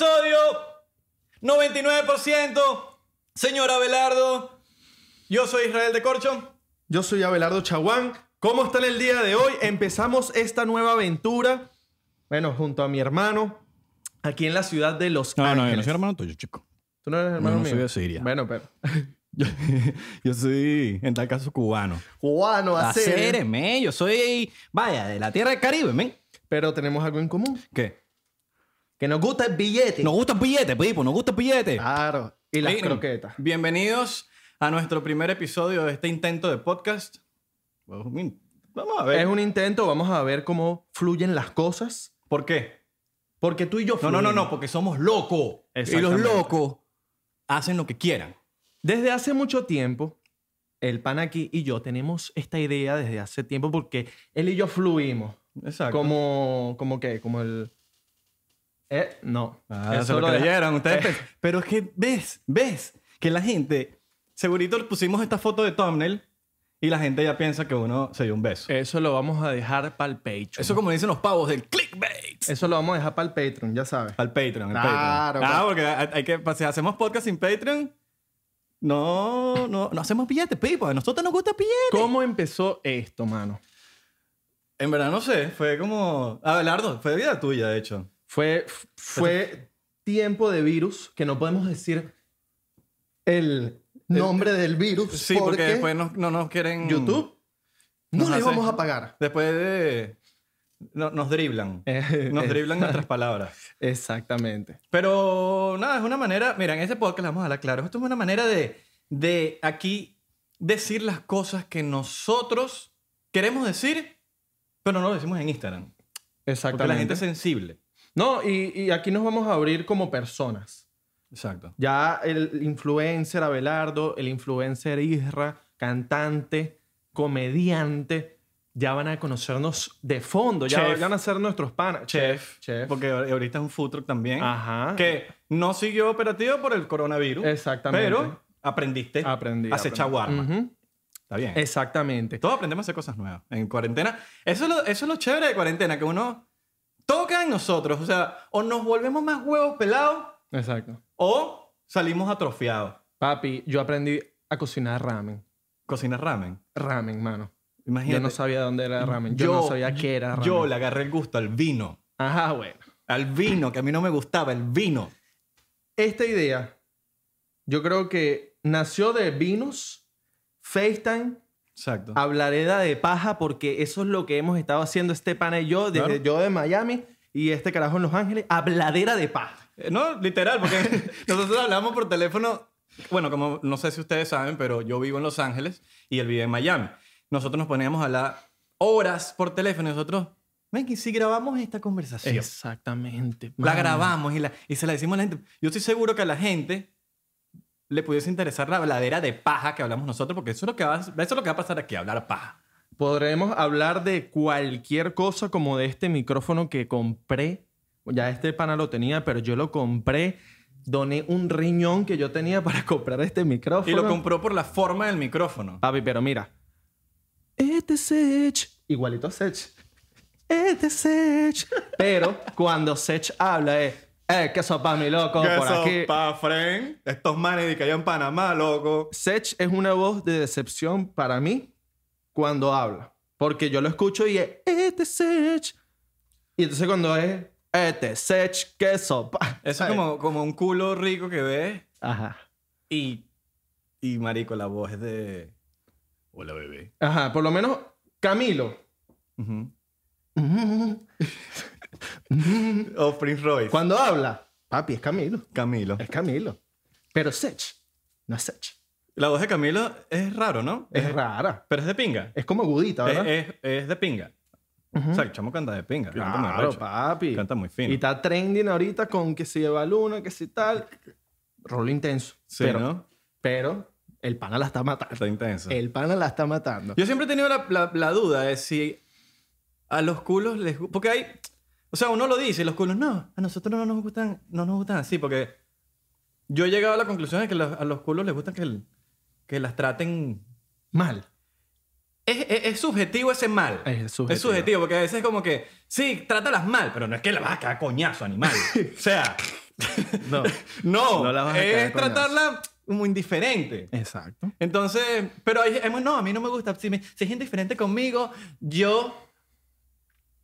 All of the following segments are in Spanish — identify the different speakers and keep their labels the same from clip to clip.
Speaker 1: Abelardo. 99%. Señor Abelardo. Yo soy Israel de Corcho.
Speaker 2: Yo soy Abelardo Chaguán. ¿Cómo están el día de hoy? Empezamos esta nueva aventura. Bueno, junto a mi hermano, aquí en la ciudad de Los
Speaker 3: No, no, yo no
Speaker 2: Ángeles.
Speaker 3: soy hermano tuyo, chico.
Speaker 2: ¿Tú no eres hermano
Speaker 3: no
Speaker 2: mío?
Speaker 3: soy de Siria.
Speaker 2: Bueno, pero.
Speaker 3: Yo, yo soy, en tal caso, cubano.
Speaker 2: Cubano, hacer.
Speaker 3: Acéreme, eh, yo soy, vaya, de la tierra del Caribe, men.
Speaker 2: Pero tenemos algo en común.
Speaker 3: ¿Qué?
Speaker 2: Que nos gusta el billete.
Speaker 3: Nos gusta el billete, Pipo, nos gusta el billete.
Speaker 2: Claro. Y las
Speaker 3: Miren,
Speaker 2: croquetas.
Speaker 3: Bienvenidos a nuestro primer episodio de este intento de podcast. Vamos min- vamos a ver.
Speaker 2: Es un intento. Vamos a ver cómo fluyen las cosas.
Speaker 3: ¿Por qué?
Speaker 2: Porque tú y yo
Speaker 3: No, no, no,
Speaker 2: fluimos.
Speaker 3: no, porque somos locos. Y los
Speaker 2: Exactamente.
Speaker 3: locos hacen lo que quieran.
Speaker 2: Desde hace mucho tiempo, el pan aquí y yo tenemos esta idea desde hace tiempo porque él y yo fluimos.
Speaker 3: Exacto.
Speaker 2: Como, como que, como el... Eh, no.
Speaker 3: Ah,
Speaker 2: Eso
Speaker 3: se lo
Speaker 2: lo deja-
Speaker 3: creyeron ustedes.
Speaker 2: Eh.
Speaker 3: pe- Pero es que ves, ves que la gente, segurito pusimos esta foto de thumbnail y la gente ya piensa que uno se dio un beso.
Speaker 2: Eso lo vamos a dejar para el Patreon.
Speaker 3: Eso
Speaker 2: Eso,
Speaker 3: como dicen los pavos del clickbait.
Speaker 2: lo vamos a dejar para el Patreon, ya sabes.
Speaker 3: Al Patreon, al
Speaker 2: Claro,
Speaker 3: Patreon. Ah,
Speaker 2: claro.
Speaker 3: porque hay hay que, pues, si hacemos podcast sin Patreon, no, no, no hacemos billetes, Pipo. A nosotros nos gusta billetes.
Speaker 2: ¿Cómo empezó esto, mano?
Speaker 3: En verdad no sé, fue como... Abelardo, fue vida tuya, de hecho.
Speaker 2: Fue, fue tiempo de virus que no podemos decir el nombre del virus.
Speaker 3: Sí, porque, después no, no nos quieren...
Speaker 2: Pues, YouTube no
Speaker 3: nos
Speaker 2: les
Speaker 3: hace-
Speaker 2: vamos a pagar.
Speaker 3: Después de... no- nos driblan.
Speaker 2: Eh,
Speaker 3: Nos
Speaker 2: eh,
Speaker 3: driblan nuestras palabras.
Speaker 2: Exactamente.
Speaker 3: Pero nada, es una manera. Mira, en ese podcast le vamos a dar claro. Esto es una manera de, de aquí decir las cosas que nosotros queremos decir, pero no lo decimos en Instagram. Porque
Speaker 2: Exactamente.
Speaker 3: la gente es sensible.
Speaker 2: No, y, y aquí nos vamos a abrir como personas.
Speaker 3: Exacto.
Speaker 2: Ya el influencer Abelardo, el influencer Isra, cantante, comediante, ya van a conocernos de fondo, ya
Speaker 3: Chef.
Speaker 2: van a ser nuestros panas.
Speaker 3: Chef.
Speaker 2: Chef.
Speaker 3: Porque ahorita es un food truck también.
Speaker 2: Ajá.
Speaker 3: Que no siguió operativo por el coronavirus.
Speaker 2: Exactamente.
Speaker 3: Pero aprendiste
Speaker 2: Aprendí,
Speaker 3: a hacer
Speaker 2: aprendí.
Speaker 3: chaguarma.
Speaker 2: Ujú.
Speaker 3: Está bien.
Speaker 2: Exactamente.
Speaker 3: Todos aprendemos a hacer cosas nuevas en cuarentena. Eso es lo, eso es lo chévere de cuarentena, que uno toca en nosotros. O sea, o nos volvemos más huevos pelados
Speaker 2: Exacto.
Speaker 3: o salimos atrofiados.
Speaker 2: Papi, yo aprendí a cocinar ramen.
Speaker 3: Cocina ramen.
Speaker 2: Ramen, mano.
Speaker 3: Imagínate.
Speaker 2: Yo no sabía dónde era ramen. Yo, no sabía qué era ramen.
Speaker 3: Yo le agarré el gusto al vino.
Speaker 2: Ajá, bueno.
Speaker 3: Al vino, que a mí no me gustaba, el vino.
Speaker 2: Esta idea, yo creo que nació de vinos, FaceTime,
Speaker 3: Exacto.
Speaker 2: hablareda de paja, porque eso es lo que hemos estado haciendo este pana y yo, desde
Speaker 3: Claro.
Speaker 2: yo de Miami y este carajo en Los Ángeles, habladera de paja.
Speaker 3: Eh, No, literal, porque nosotros hablamos por teléfono. Bueno, como no sé si ustedes saben, pero yo vivo en Los Ángeles y él vive en Miami. Nosotros nos poníamos a hablar horas por teléfono y nosotros, ven que si grabamos esta conversación,
Speaker 2: Exactamente.
Speaker 3: la
Speaker 2: mano.
Speaker 3: grabamos y, la, y se la decimos a la gente. Yo estoy seguro que a la gente le pudiese interesar la habladera de paja que hablamos nosotros, porque eso es lo que va, a- eso es lo que va a pasar aquí, hablar paja.
Speaker 2: Podremos hablar de cualquier cosa como de este micrófono que compré. Ya este pana lo tenía, pero yo lo compré. Doné un riñón que yo tenía para comprar este micrófono.
Speaker 3: Y lo compró por la forma del micrófono.
Speaker 2: Papi, pero mira. Este Sech. Igualito a Sech. Este Sech. Pero cuando Sech habla es. Eh, qué sopa, mi loco, por aquí.
Speaker 3: pa' friend. Estos manes de que allá en Panamá, loco.
Speaker 2: Sech es una voz de decepción para mí cuando habla. Porque yo lo escucho y es. Este Sech. Y entonces cuando es. Este Sech, qué sopa.
Speaker 3: Eso es como, como un culo rico que ves
Speaker 2: Ajá.
Speaker 3: y, y marico, la voz es de... Hola, bebé.
Speaker 2: Ajá, por lo menos Camilo.
Speaker 3: O Prince Royce.
Speaker 2: Cuando habla. Papi, es Camilo.
Speaker 3: Camilo.
Speaker 2: Es Camilo. Pero Sech no es Sech.
Speaker 3: La voz de Camilo es raro, ¿no?
Speaker 2: Es rara.
Speaker 3: Pero es de pinga.
Speaker 2: Es como agudita,
Speaker 3: Es,
Speaker 2: ¿verdad?
Speaker 3: es- es de pinga. O sea, el chamo canta de pinga. canta muy
Speaker 2: claro,
Speaker 3: arrecho.
Speaker 2: papi.
Speaker 3: Canta muy fino.
Speaker 2: Y está trending ahorita con que si lleva luna, que si tal. Rolo intenso.
Speaker 3: Sí,
Speaker 2: pero,
Speaker 3: ¿no?
Speaker 2: pero el pana la está matando.
Speaker 3: Está intenso.
Speaker 2: El pana la está matando.
Speaker 3: Yo siempre he tenido la, la- la duda de si a los culos les gu- porque hay o sea, uno lo dice y los culos no, a nosotros no nos gustan, no nos gustan así porque yo he llegado a la conclusión de que los- a los culos les gustan que, el- que las traten
Speaker 2: Mal.
Speaker 3: es, es- es subjetivo ese mal.
Speaker 2: Es subjetivo.
Speaker 3: porque a veces es como que, sí, trátalas mal, pero no es que la vas a cagar coñazo, animal. o sea,
Speaker 2: No.
Speaker 3: No,
Speaker 2: No la vas a cagar,
Speaker 3: es
Speaker 2: coñazo.
Speaker 3: tratarla como indiferente.
Speaker 2: Exacto.
Speaker 3: Entonces, pero hay- hay- no, a mí no me gusta. Si, me- si es indiferente conmigo, yo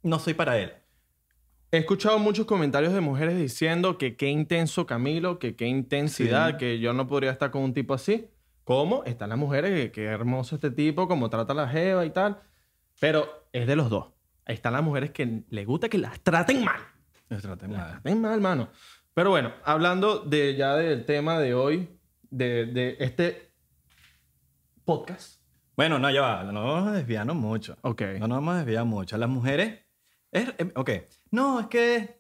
Speaker 3: no soy para él.
Speaker 2: He escuchado muchos comentarios de mujeres diciendo que qué intenso Camilo, que qué intensidad, que yo no podría estar con un tipo así. ¿Cómo? Están las mujeres, que qué hermoso este tipo, cómo trata a la jeva y tal. Pero es de los dos. Están las mujeres que le gusta que las traten mal. Las traten mal, mano. Pero bueno, hablando de, ya del tema de hoy, de, de este podcast.
Speaker 3: Bueno, no, ya va, no nos vamos a desviarnos mucho.
Speaker 2: Ok.
Speaker 3: No nos vamos a desviar mucho. Las mujeres. Es, em, ok. No, es que.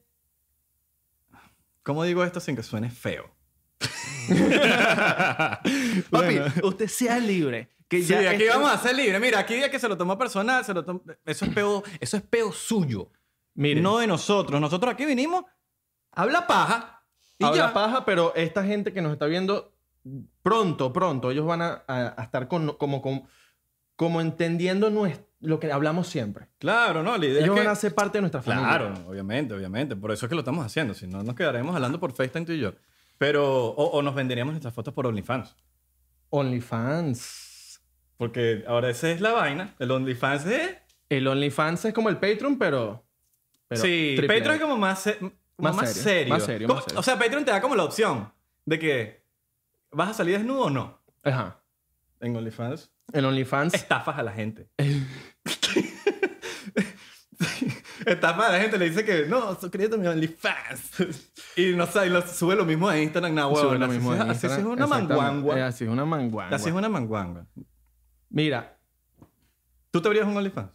Speaker 3: ¿Cómo digo esto sin que suene feo?
Speaker 2: Papi,
Speaker 3: Bueno.
Speaker 2: usted sea libre. Que
Speaker 3: Sí,
Speaker 2: ya
Speaker 3: aquí
Speaker 2: este-
Speaker 3: vamos a ser libres. Mira, aquí es que se lo tomó personal, se lo tomó- Eso es peo, eso es peo suyo.
Speaker 2: Miren.
Speaker 3: No de nosotros. Nosotros aquí vinimos, habla paja. Y
Speaker 2: Habla
Speaker 3: ya.
Speaker 2: paja, pero esta gente que nos está viendo, pronto, pronto, ellos van a, a- a estar con, como, como, como entendiendo nues- lo que hablamos siempre.
Speaker 3: Claro, no, la idea
Speaker 2: Ellos
Speaker 3: es que...
Speaker 2: van a ser parte de nuestra familia.
Speaker 3: Claro, obviamente, obviamente. Por eso es que lo estamos haciendo. Si no, nos quedaremos hablando por FaceTime tú y yo. Pero, o, o nos venderíamos nuestras fotos por OnlyFans.
Speaker 2: OnlyFans.
Speaker 3: Porque ahora esa es la vaina. El OnlyFans es...
Speaker 2: El OnlyFans es como el Patreon, pero. pero
Speaker 3: sí,
Speaker 2: triple
Speaker 3: Patreon es
Speaker 2: A.
Speaker 3: como más, se- como
Speaker 2: Más
Speaker 3: más,
Speaker 2: serio,
Speaker 3: serio,
Speaker 2: más serio,
Speaker 3: Como-
Speaker 2: más serio.
Speaker 3: O sea, Patreon te da como la opción de que vas a salir desnudo o no.
Speaker 2: Ajá.
Speaker 3: En OnlyFans
Speaker 2: El OnlyFans.
Speaker 3: estafas a la gente. Estafas a la gente, le dice que no, suscríbete a mi OnlyFans. Y no sé, y lo- sube lo mismo a Instagram, nada,
Speaker 2: sube
Speaker 3: huevón.
Speaker 2: lo
Speaker 3: Así
Speaker 2: mismo
Speaker 3: es-
Speaker 2: en
Speaker 3: Así es
Speaker 2: Instagram.
Speaker 3: una
Speaker 2: Exactamente. Eh,
Speaker 3: manguangua.
Speaker 2: Así es una manguangua.
Speaker 3: Así es una manguangua.
Speaker 2: Mira,
Speaker 3: ¿Tú te abrías un OnlyFans?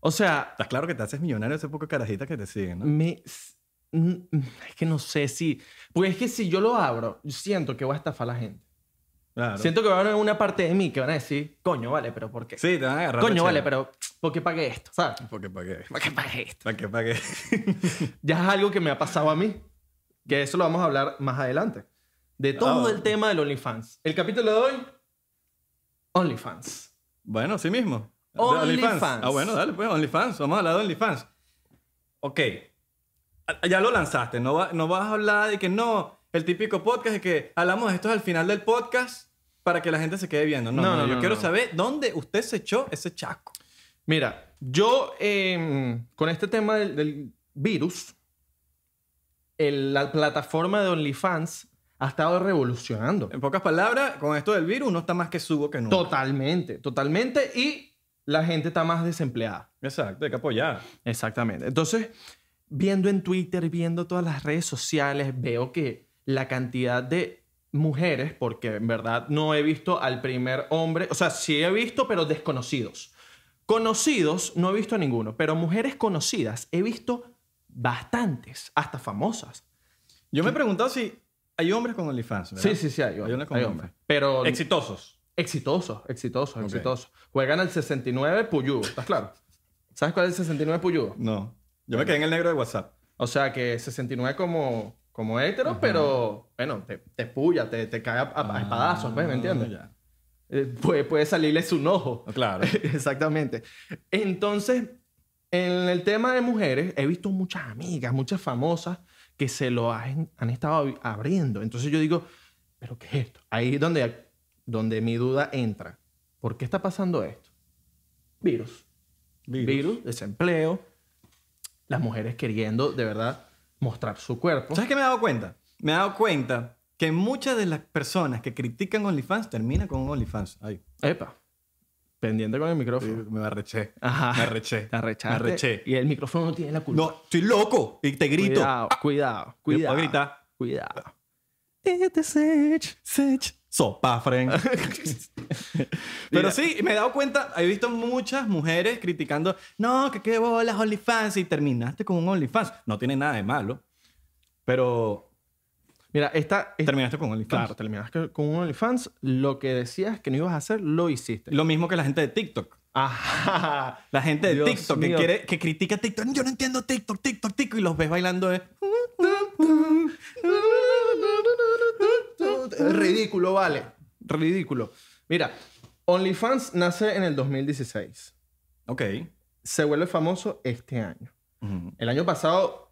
Speaker 2: o sea,
Speaker 3: Estás claro que te haces millonario ese poco de carajitas que te siguen, ¿no?
Speaker 2: Me, s- n- es que no sé si. Porque es que si yo lo abro, siento que voy a estafar a la gente.
Speaker 3: Claro.
Speaker 2: Siento que va a haber una parte de mí que van a decir, coño, vale, pero ¿por qué?
Speaker 3: Sí, te van a agarrar.
Speaker 2: coño,
Speaker 3: la
Speaker 2: vale,
Speaker 3: chela.
Speaker 2: pero ¿por qué pagué esto? ¿Sabes?
Speaker 3: Porque para qué.
Speaker 2: ¿Por qué pagué esto?
Speaker 3: Para qué, para qué.
Speaker 2: Ya es algo que me ha pasado a mí. Que eso lo vamos a hablar más adelante. De todo
Speaker 3: Ah.
Speaker 2: el tema del OnlyFans. El capítulo de hoy, OnlyFans.
Speaker 3: Bueno, sí mismo. De
Speaker 2: OnlyFans.
Speaker 3: Ah, bueno, dale, pues, OnlyFans. Vamos a hablar de OnlyFans. Ok. Ah, Ya lo lanzaste. No, va- no vas a hablar de que no. El típico podcast es que hablamos de esto al final del podcast para que la gente se quede viendo. No,
Speaker 2: No,
Speaker 3: no,
Speaker 2: no,
Speaker 3: yo
Speaker 2: no,
Speaker 3: quiero
Speaker 2: no.
Speaker 3: saber dónde usted se echó ese chasco.
Speaker 2: Mira, yo eh, con este tema del, del virus, el- la plataforma de OnlyFans ha estado revolucionando.
Speaker 3: En pocas palabras, con esto del virus, uno está más que subo que nunca.
Speaker 2: Totalmente, totalmente. Y la gente está más desempleada.
Speaker 3: Exacto, hay que apoyar.
Speaker 2: Exactamente. Entonces, viendo en Twitter, viendo todas las redes sociales, veo que la cantidad de mujeres, porque en verdad no he visto al primer hombre, o sea, sí he visto, pero desconocidos. Conocidos no he visto a ninguno, pero mujeres conocidas he visto bastantes, hasta famosas.
Speaker 3: Yo me he preguntado si hay hombres con OnlyFans. ¿verdad?
Speaker 2: Sí, sí, sí, hay,
Speaker 3: Hay una
Speaker 2: hombres.
Speaker 3: con
Speaker 2: hay
Speaker 3: hombre.
Speaker 2: hombres. Pero
Speaker 3: Exitosos.
Speaker 2: exitosos, exitosos,
Speaker 3: Ok.
Speaker 2: exitosos. Juegan al 69 Puyú, ¿estás claro? ¿Sabes cuál es el 69 Puyú?
Speaker 3: No. Yo me quedé en el negro de WhatsApp.
Speaker 2: O sea que 69 como, como hétero, pero bueno, te, te puya, te, te cae a, a- a espadazos, pues, ¿me entiendes?
Speaker 3: Ah,
Speaker 2: Eh, puede, puede salirles un ojo.
Speaker 3: ya. Claro.
Speaker 2: Exactamente. Entonces, en el tema de mujeres, he visto muchas amigas, muchas famosas que se lo han, han estado abri- abriendo. Entonces yo digo, ¿pero qué es esto? Ahí es donde, donde mi duda entra. ¿Por qué está pasando esto? Virus. Virus. desempleo, las mujeres queriendo de verdad mostrar su cuerpo.
Speaker 3: ¿Sabes qué me he dado cuenta? Me he dado cuenta que muchas de las personas que critican OnlyFans terminan con OnlyFans. Ay,
Speaker 2: Epa, pendiente con el micrófono.
Speaker 3: me arreché.
Speaker 2: Ajá.
Speaker 3: Me arreché.
Speaker 2: Te arrechaste
Speaker 3: Me arreché.
Speaker 2: Y el micrófono no tiene la culpa.
Speaker 3: No, estoy loco y te grito.
Speaker 2: Cuidado, cuidado,
Speaker 3: puedo
Speaker 2: cuidado.
Speaker 3: gritar.
Speaker 2: Cuidado.
Speaker 3: Este Sech, Sech, sopa, Frank. Pero
Speaker 2: Mira.
Speaker 3: sí, me he dado cuenta, he visto muchas mujeres criticando, no, que qué bolas OnlyFans y terminaste con un OnlyFans. No tiene nada de malo, pero
Speaker 2: Mira, esta. esta-
Speaker 3: terminaste con OnlyFans.
Speaker 2: claro, terminas que- con un OnlyFans. Lo que decías que no ibas a hacer, lo hiciste.
Speaker 3: Lo mismo que la gente de TikTok.
Speaker 2: Ajá.
Speaker 3: La gente de
Speaker 2: Dios
Speaker 3: TikTok
Speaker 2: mío.
Speaker 3: que quiere, que critica TikTok. Yo no entiendo TikTok, TikTok, TikTok. Y los ves bailando. eh.
Speaker 2: Ridículo, vale. Ridículo. Mira, OnlyFans nace en el 2016.
Speaker 3: Ok.
Speaker 2: Se vuelve famoso este año. El año pasado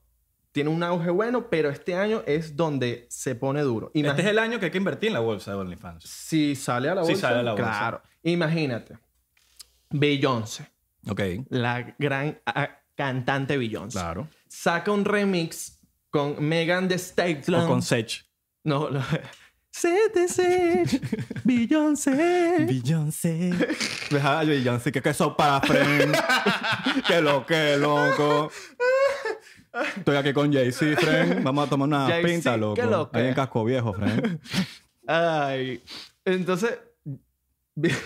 Speaker 2: tiene un auge bueno, pero este año es donde se pone duro.
Speaker 3: Este es
Speaker 2: Imagi-
Speaker 3: el año que hay que invertir en la bolsa de OnlyFans.
Speaker 2: Si sale a la
Speaker 3: Si
Speaker 2: bolsa.
Speaker 3: sale a la bolsa.
Speaker 2: Claro. Imagínate. Beyoncé,
Speaker 3: Ok.
Speaker 2: la gran ah, cantante Beyoncé,
Speaker 3: Claro.
Speaker 2: saca un remix con Megan Thee Stallion.
Speaker 3: O con Sech.
Speaker 2: No, no. CTC, Beyoncé.
Speaker 3: Eh. Beyoncé. Deja a Beyoncé, que queso para Friend. que lo que, loco. Estoy aquí con Jay-Z, Friend. Vamos a tomar una
Speaker 2: Jay-Z,
Speaker 3: pinta,
Speaker 2: qué
Speaker 3: loco.
Speaker 2: lo que.
Speaker 3: Ahí en Casco Viejo, Friend.
Speaker 2: Ay. Entonces, Be-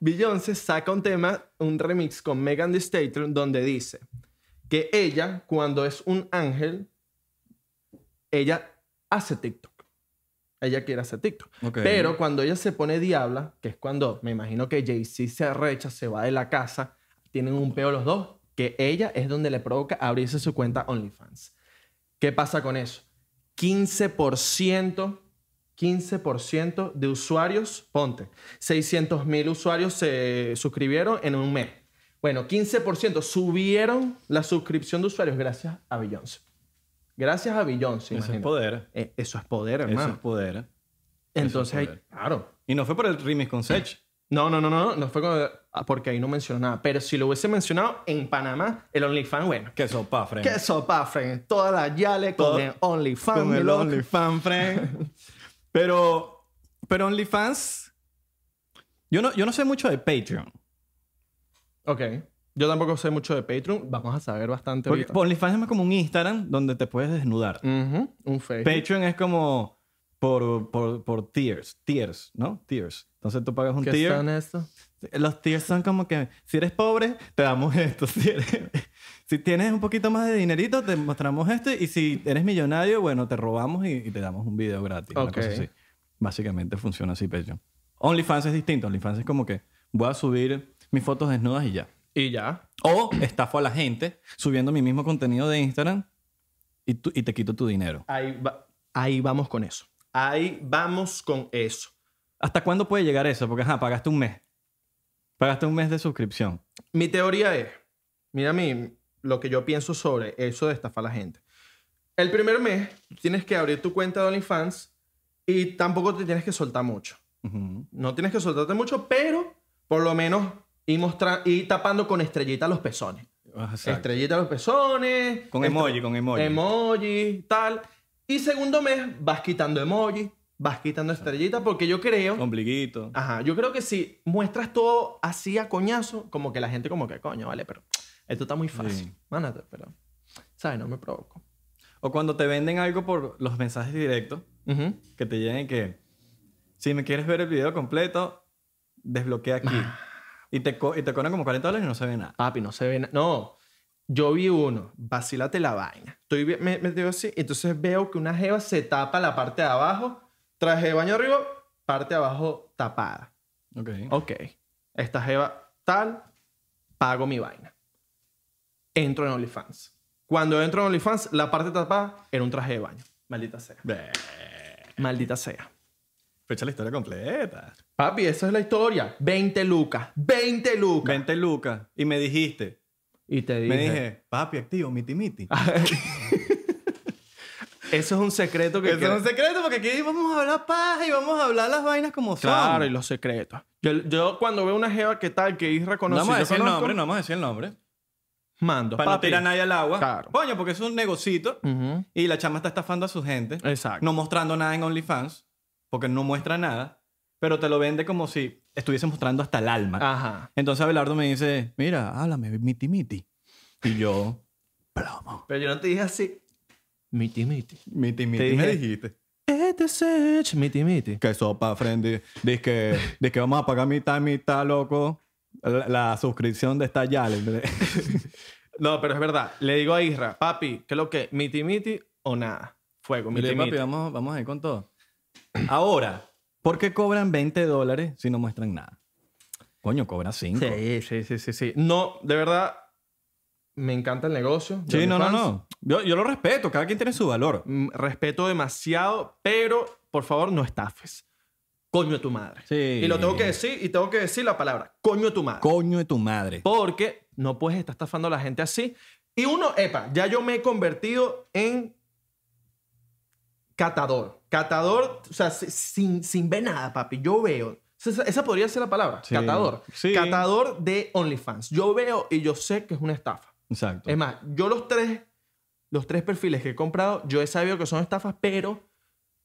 Speaker 2: Beyoncé saca un tema, un remix con Megan Thee Stallion donde dice que ella, cuando es un ángel, ella hace TikTok. Ella quiere hacer TikTok.
Speaker 3: Ok.
Speaker 2: Pero cuando ella se pone diabla, que es cuando me imagino que Jay-Z se arrecha, se va de la casa, tienen un peo los dos, que ella es donde le provoca abrirse su cuenta OnlyFans. ¿Qué pasa con eso? 15%, 15% de usuarios, ponte, 600 mil usuarios se suscribieron en un mes. Bueno, 15% subieron la suscripción de usuarios gracias a Beyoncé. Gracias a
Speaker 3: Eso
Speaker 2: Beyoncé,
Speaker 3: es
Speaker 2: imagínate.
Speaker 3: poder.
Speaker 2: Eh, Eso es poder, hermano.
Speaker 3: Eso es poder.
Speaker 2: Entonces,
Speaker 3: Eso es poder.
Speaker 2: claro.
Speaker 3: Y no fue por el remix con Sech.
Speaker 2: No, no, no, no, no fue con- ah, porque ahí no mencionó nada. Pero si lo hubiese mencionado en Panamá, el OnlyFans, bueno.
Speaker 3: Queso para Friend.
Speaker 2: Qué sopa, friend. Toda la yale con
Speaker 3: Todo-
Speaker 2: el OnlyFans.
Speaker 3: con
Speaker 2: mi
Speaker 3: el
Speaker 2: loco.
Speaker 3: OnlyFans, friend. Pero, pero OnlyFans. Yo no, yo no sé mucho de Patreon.
Speaker 2: Ok. Yo tampoco sé mucho de Patreon. Vamos a saber bastante
Speaker 3: Porque
Speaker 2: ahorita.
Speaker 3: OnlyFans es más como un Instagram donde te puedes desnudar.
Speaker 2: Ujú, Un Facebook.
Speaker 3: Patreon es como por, por, por tiers, tiers, ¿no? Tiers. Entonces tú pagas un
Speaker 2: ¿Qué
Speaker 3: tier.
Speaker 2: son esto?
Speaker 3: Los tiers son como que si eres pobre, te damos esto. Si, eres- si tienes un poquito más de dinerito, te mostramos esto. Y si eres millonario, bueno, te robamos y, y te damos un video gratis. una
Speaker 2: Ok.
Speaker 3: cosa así. Básicamente funciona así, Patreon. OnlyFans es distinto. OnlyFans es como que voy a subir mis fotos desnudas y ya.
Speaker 2: Y ya.
Speaker 3: O estafo a la gente subiendo mi mismo contenido de Instagram y, tú- y te quito tu dinero.
Speaker 2: Ahí, va- ahí vamos con eso. Ahí vamos con eso.
Speaker 3: ¿Hasta cuándo puede llegar eso? Porque, ajá, pagaste un mes. Pagaste un mes de suscripción.
Speaker 2: Mi teoría es, mira a mí, lo que yo pienso sobre eso de estafar a la gente. El primer mes tú tienes que abrir tu cuenta de OnlyFans y tampoco te tienes que soltar mucho.
Speaker 3: Ujú.
Speaker 2: No tienes que soltarte mucho, pero por lo menos ir, mostra- ir tapando con estrellita los pezones.
Speaker 3: Exacto.
Speaker 2: Estrellita los pezones.
Speaker 3: Con
Speaker 2: estre-
Speaker 3: emoji, con emoji.
Speaker 2: em- Emoji, tal. Y segundo mes vas quitando emoji, vas quitando estrellita porque yo creo...
Speaker 3: Ombliguito.
Speaker 2: Ajá, yo creo que si muestras todo así a coñazo, como que la gente como que, coño, vale, pero esto está muy fácil.
Speaker 3: Sí.
Speaker 2: Mándate, pero, ¿sabes? No me provoco.
Speaker 3: O cuando te venden algo por los mensajes directos
Speaker 2: Ujú.
Speaker 3: que te llegan y que si me quieres ver el video completo, desbloquea aquí.
Speaker 2: Ah.
Speaker 3: Y te, co- y te cobran como 40 dólares y no se ve nada.
Speaker 2: Papi, no se ve na- No, yo vi uno, vacílate la vaina. Estoy vi- me- metido así, entonces veo que una jeva se tapa la parte de abajo, traje de baño arriba, parte de abajo tapada.
Speaker 3: Ok.
Speaker 2: Ok, esta jeva tal, pago mi vaina. Entro en OnlyFans. Cuando entro en OnlyFans, la parte tapada era un traje de baño. Maldita sea. Maldita sea.
Speaker 3: Fecha la historia completa.
Speaker 2: Papi, esa es la historia. 20 lucas. 20 lucas.
Speaker 3: 20 lucas. Y me dijiste.
Speaker 2: Y te dije, Ah,
Speaker 3: Me dije, papi, activo, miti miti.
Speaker 2: Eso es un secreto que...
Speaker 3: Eso
Speaker 2: queda-
Speaker 3: es un secreto porque aquí vamos a hablar paja y vamos a hablar las vainas como son.
Speaker 2: Claro, y los secretos. Yo, yo cuando veo una jeva que tal, que Isra
Speaker 3: No
Speaker 2: conoce...
Speaker 3: vamos
Speaker 2: yo
Speaker 3: a decir el
Speaker 2: conozco,
Speaker 3: nombre, no vamos a decir el nombre.
Speaker 2: Mando.
Speaker 3: Para no
Speaker 2: papi.
Speaker 3: tirar a nadie al agua.
Speaker 2: Claro.
Speaker 3: Coño, porque es un negocito
Speaker 2: Ujú.
Speaker 3: y la chama está estafando a su gente.
Speaker 2: Exacto.
Speaker 3: No mostrando nada en OnlyFans, porque no muestra nada, pero te lo vende como si estuviese mostrando hasta el alma.
Speaker 2: Ajá.
Speaker 3: Entonces Abelardo me dice, mira, háblame, miti miti. Y yo, plomo.
Speaker 2: Pero yo no te dije así. Miti, miti.
Speaker 3: Miti miti.
Speaker 2: dije-
Speaker 3: me dijiste.
Speaker 2: Este es miti, miti.
Speaker 3: Que sopa, Frendy. Dice que, dice que vamos a pagar mitad, mitad, loco. La, la suscripción de esta Yale.
Speaker 2: No, pero es verdad. Le digo a Isra, papi, ¿qué es lo que? ¿Miti, miti o nada? Fuego,
Speaker 3: Mire,
Speaker 2: miti,
Speaker 3: papi,
Speaker 2: miti.
Speaker 3: Vamos, vamos a ir con todo. Ahora, ¿por qué cobran 20 dólares si no muestran nada? Coño, cobra 5.
Speaker 2: Sí, sí, sí, sí, sí. No, de verdad, me encanta el negocio. de
Speaker 3: Sí, no, no,
Speaker 2: OnlyFans.
Speaker 3: no. Yo, yo lo respeto, cada quien tiene su valor.
Speaker 2: Mm, Respeto demasiado, pero por favor no estafes. coño de tu madre.
Speaker 3: Sí.
Speaker 2: Y lo tengo que decir y tengo que decir la palabra coño de tu madre.
Speaker 3: Coño de tu madre.
Speaker 2: Porque no puedes estar estafando a la gente así. Y uno, epa, ya yo me he convertido en catador. Catador, o sea, si- sin, sin ver nada, papi. Yo veo. Esa, esa podría ser la palabra.
Speaker 3: Sí.
Speaker 2: Catador.
Speaker 3: Sí.
Speaker 2: Catador de OnlyFans. Yo veo y yo sé que es una estafa.
Speaker 3: Exacto.
Speaker 2: Es más, yo los tres, los tres perfiles que he comprado, yo he sabido que son estafas, pero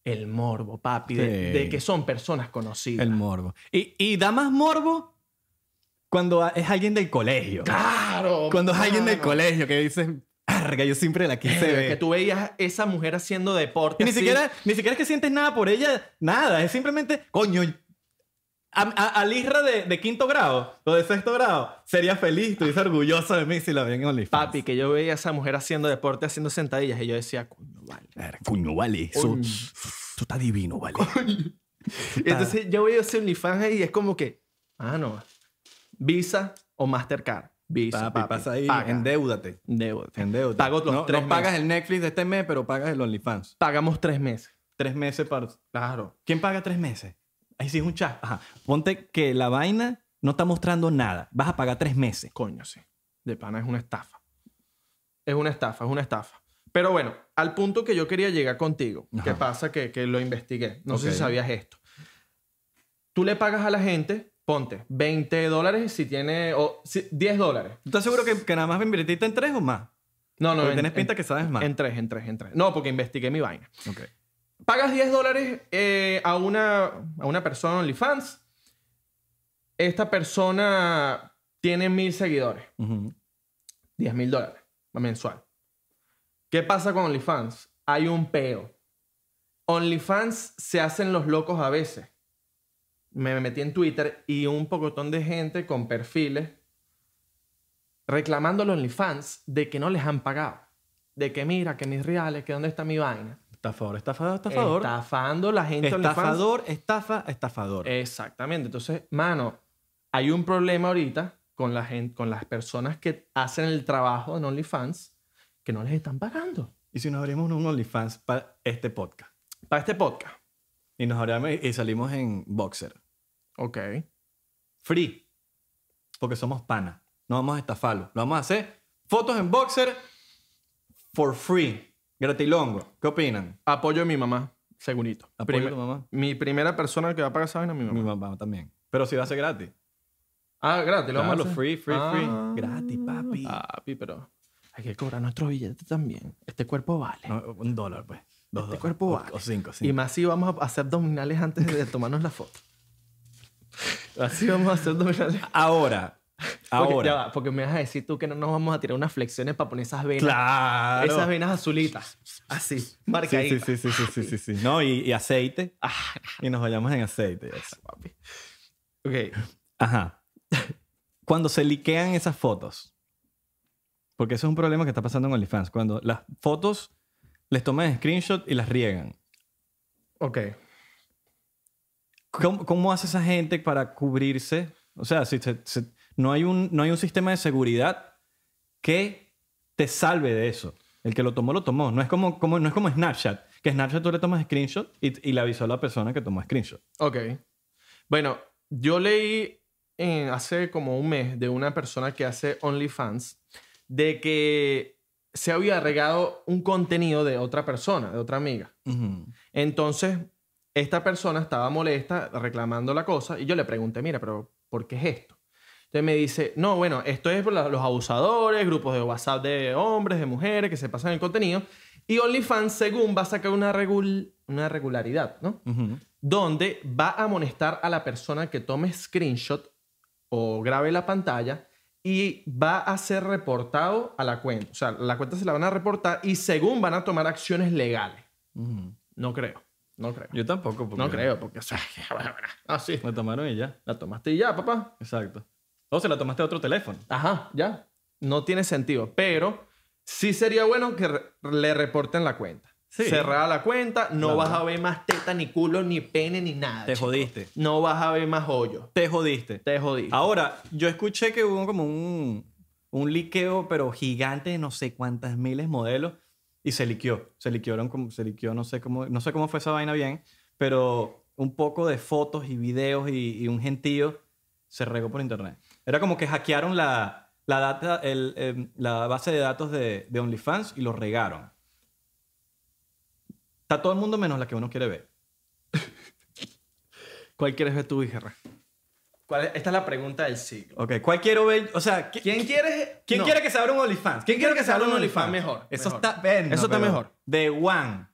Speaker 2: el morbo, papi, de,
Speaker 3: Sí.
Speaker 2: de que son personas conocidas.
Speaker 3: El morbo. Y, y da más morbo cuando a- es alguien del colegio.
Speaker 2: Claro.
Speaker 3: Cuando es alguien del
Speaker 2: mano.
Speaker 3: colegio que dices, arga, yo siempre la quise
Speaker 2: Verga,
Speaker 3: ver.
Speaker 2: Eh, que tú veías esa mujer haciendo deporte.
Speaker 3: Y ni
Speaker 2: así.
Speaker 3: siquiera, ni siquiera es que sientes nada por ella, nada. Es simplemente, coño. A, a, a Lisra de, de quinto grado o de sexto grado sería feliz, estuviese orgulloso de mí si la ven en OnlyFans.
Speaker 2: Papi, que yo veía a esa mujer haciendo deporte, haciendo sentadillas, y yo decía, coño, vale.
Speaker 3: Verga, Coño, vale. Eso,
Speaker 2: Coño.
Speaker 3: eso está divino, vale.
Speaker 2: Entonces yo veía ese OnlyFans ahí y es como que, ah, no. Visa o Mastercard. Visa.
Speaker 3: Papi,
Speaker 2: papi,
Speaker 3: pasa ahí,
Speaker 2: paga.
Speaker 3: endeúdate.
Speaker 2: Debo-
Speaker 3: Endeúdate.
Speaker 2: Pago los
Speaker 3: no,
Speaker 2: tres
Speaker 3: no pagas el Netflix de este mes, pero pagas el OnlyFans.
Speaker 2: Pagamos tres meses.
Speaker 3: Tres meses para...
Speaker 2: Claro.
Speaker 3: ¿Quién paga tres meses? Ahí sí es un chat. Ajá. Ponte que la vaina no está mostrando nada. Vas a pagar tres meses.
Speaker 2: Coño, sí. De pana es una estafa. Es una estafa, es una estafa. Pero bueno, al punto que yo quería llegar contigo,
Speaker 3: Ajá.
Speaker 2: que pasa que, que lo investigué. No sé
Speaker 3: Ok.
Speaker 2: si sabías esto. Tú le pagas a la gente, ponte, 20 dólares si tiene, o si- 10 dólares.
Speaker 3: ¿Tú estás seguro que, que nada más invertiste en tres o más?
Speaker 2: No, no,
Speaker 3: Porque
Speaker 2: en-
Speaker 3: tienes pinta
Speaker 2: en-
Speaker 3: que sabes más.
Speaker 2: En 3, en 3, en 3. No, porque investigué mi vaina.
Speaker 3: Ok.
Speaker 2: Pagas 10 dólares eh, a, una, a una persona en OnlyFans. Esta persona tiene mil seguidores.
Speaker 3: Ujú.
Speaker 2: 10 mil dólares mensual. ¿Qué pasa con OnlyFans? Hay un peo. OnlyFans se hacen los locos a veces. Me metí en Twitter y un pocotón de gente con perfiles reclamando a los OnlyFans de que no les han pagado. De que mira, que mis reales, que dónde está mi vaina.
Speaker 3: Estafador, estafador, estafador.
Speaker 2: Estafando la gente en OnlyFans. Eh.
Speaker 3: Estafador, estafa, estafador.
Speaker 2: Exactamente. Entonces, mano, hay un problema ahorita con, la gente, con las personas que hacen el trabajo en OnlyFans que no les están pagando
Speaker 3: ¿Y si nos abrimos un OnlyFans para este podcast?
Speaker 2: para este podcast.
Speaker 3: Y nos abrimos y salimos en Boxer.
Speaker 2: Ok.
Speaker 3: Free. Porque somos panas. No vamos a estafarlo. Lo vamos a hacer. Fotos en Boxer for free. Gratilongo. ¿Qué opinan?
Speaker 2: Apoyo a mi mamá, segurito.
Speaker 3: Apoyo
Speaker 2: Prime-
Speaker 3: a tu mamá. Mm.
Speaker 2: Mi primera persona que va a pagar esa vaina es mi
Speaker 3: Mi
Speaker 2: mamá.
Speaker 3: mamá también. Pero si va a ser gratis.
Speaker 2: Ah, gratis. Lo vamos a
Speaker 3: Claro,
Speaker 2: hacer.
Speaker 3: free, free,
Speaker 2: Ah,
Speaker 3: free. Gratis, papi.
Speaker 2: Papi, pero hay que cobrar nuestro billete también. Este cuerpo vale.
Speaker 3: No, un dólar, pues. Dos
Speaker 2: Este
Speaker 3: dólares.
Speaker 2: cuerpo
Speaker 3: O-
Speaker 2: vale.
Speaker 3: O cinco,
Speaker 2: Y
Speaker 3: sí.
Speaker 2: más si vamos a hacer abdominales antes de tomarnos la foto. Así vamos a hacer abdominales.
Speaker 3: Ahora.
Speaker 2: Porque, ya
Speaker 3: Ahora.
Speaker 2: va, porque me vas a decir tú que no nos vamos a tirar unas flexiones para poner esas venas.
Speaker 3: Claro.
Speaker 2: Esas venas azulitas. Así,
Speaker 3: Sí,
Speaker 2: marcaditas.
Speaker 3: sí, sí, sí, sí, sí, sí. No, y, y aceite.
Speaker 2: Ah,
Speaker 3: Y nos vayamos en aceite. eso.
Speaker 2: papi. Ok.
Speaker 3: Ajá. Cuando se liquean esas fotos. Porque eso es un problema que está pasando en OnlyFans. Cuando las fotos les toman screenshot y las riegan.
Speaker 2: Ok.
Speaker 3: ¿Cómo, cómo hace esa gente para cubrirse? O sea, si se- se- no, hay un, no hay un sistema de seguridad que te salve de eso. El que lo tomó, lo tomó. No es como, como, no es como Snapchat. Que Snapchat tú le tomas screenshot y, y le avisó a la persona que tomó screenshot.
Speaker 2: Ok. Bueno, yo leí eh, hace como un mes de una persona que hace OnlyFans de que se había regado un contenido de otra persona, de otra amiga. Entonces, esta persona estaba molesta, reclamando la cosa, y yo le pregunté, mira, pero ¿por qué es esto? Entonces me dice, no, bueno, esto es por la- los abusadores, grupos de WhatsApp de hombres, de mujeres, que se pasan el contenido, y OnlyFans, según, va a sacar una, regul- una regularidad, ¿no?
Speaker 3: Ujú.
Speaker 2: Donde va a amonestar a la persona que tome screenshot o grabe la pantalla y va a ser reportado a la cuenta. O sea, la cuenta se la van a reportar y según van a tomar acciones legales.
Speaker 3: Ujú.
Speaker 2: No creo, no creo.
Speaker 3: Yo tampoco. porque
Speaker 2: No creo, porque, o sea, ah, sí.
Speaker 3: La tomaron y ya.
Speaker 2: La tomaste y ya, papá.
Speaker 3: Exacto. O se la tomaste a otro teléfono.
Speaker 2: Ajá, ya. No tiene sentido, pero sí sería bueno que re- le reporten la cuenta.
Speaker 3: Sí.
Speaker 2: Cerrada la cuenta, no
Speaker 3: Claro.
Speaker 2: vas a ver más teta, ni culo, ni pene, ni nada.
Speaker 3: Te
Speaker 2: Ah, chico.
Speaker 3: jodiste.
Speaker 2: No vas a ver más hoyo.
Speaker 3: Te jodiste.
Speaker 2: Te jodí.
Speaker 3: Ahora, yo escuché que hubo como un, un liqueo, pero gigante de no sé cuántas miles modelos y se liqueó. Se liquearon como, se liqueó, no sé cómo, no sé cómo fue esa vaina bien, pero un poco de fotos y videos y, y un gentío se regó por internet. Era como que hackearon la, la, data, el, em, la base de datos de, de OnlyFans y lo regaron. Está todo el mundo menos la que uno quiere ver.
Speaker 2: ¿Cuál quieres ver tú, Ijerra? ¿Cuál es- Esta es la pregunta del siglo.
Speaker 3: Ok, ¿cuál quiero ver? O sea, ¿qui-
Speaker 2: ¿Quién quieres?
Speaker 3: ¿Quién
Speaker 2: no.
Speaker 3: quiere que se abra un OnlyFans? ¿Quién quiere que se abra un OnlyFans?
Speaker 2: Mejor,
Speaker 3: Eso
Speaker 2: mejor.
Speaker 3: está bueno,
Speaker 2: Eso está
Speaker 3: pero-
Speaker 2: mejor.
Speaker 3: De One.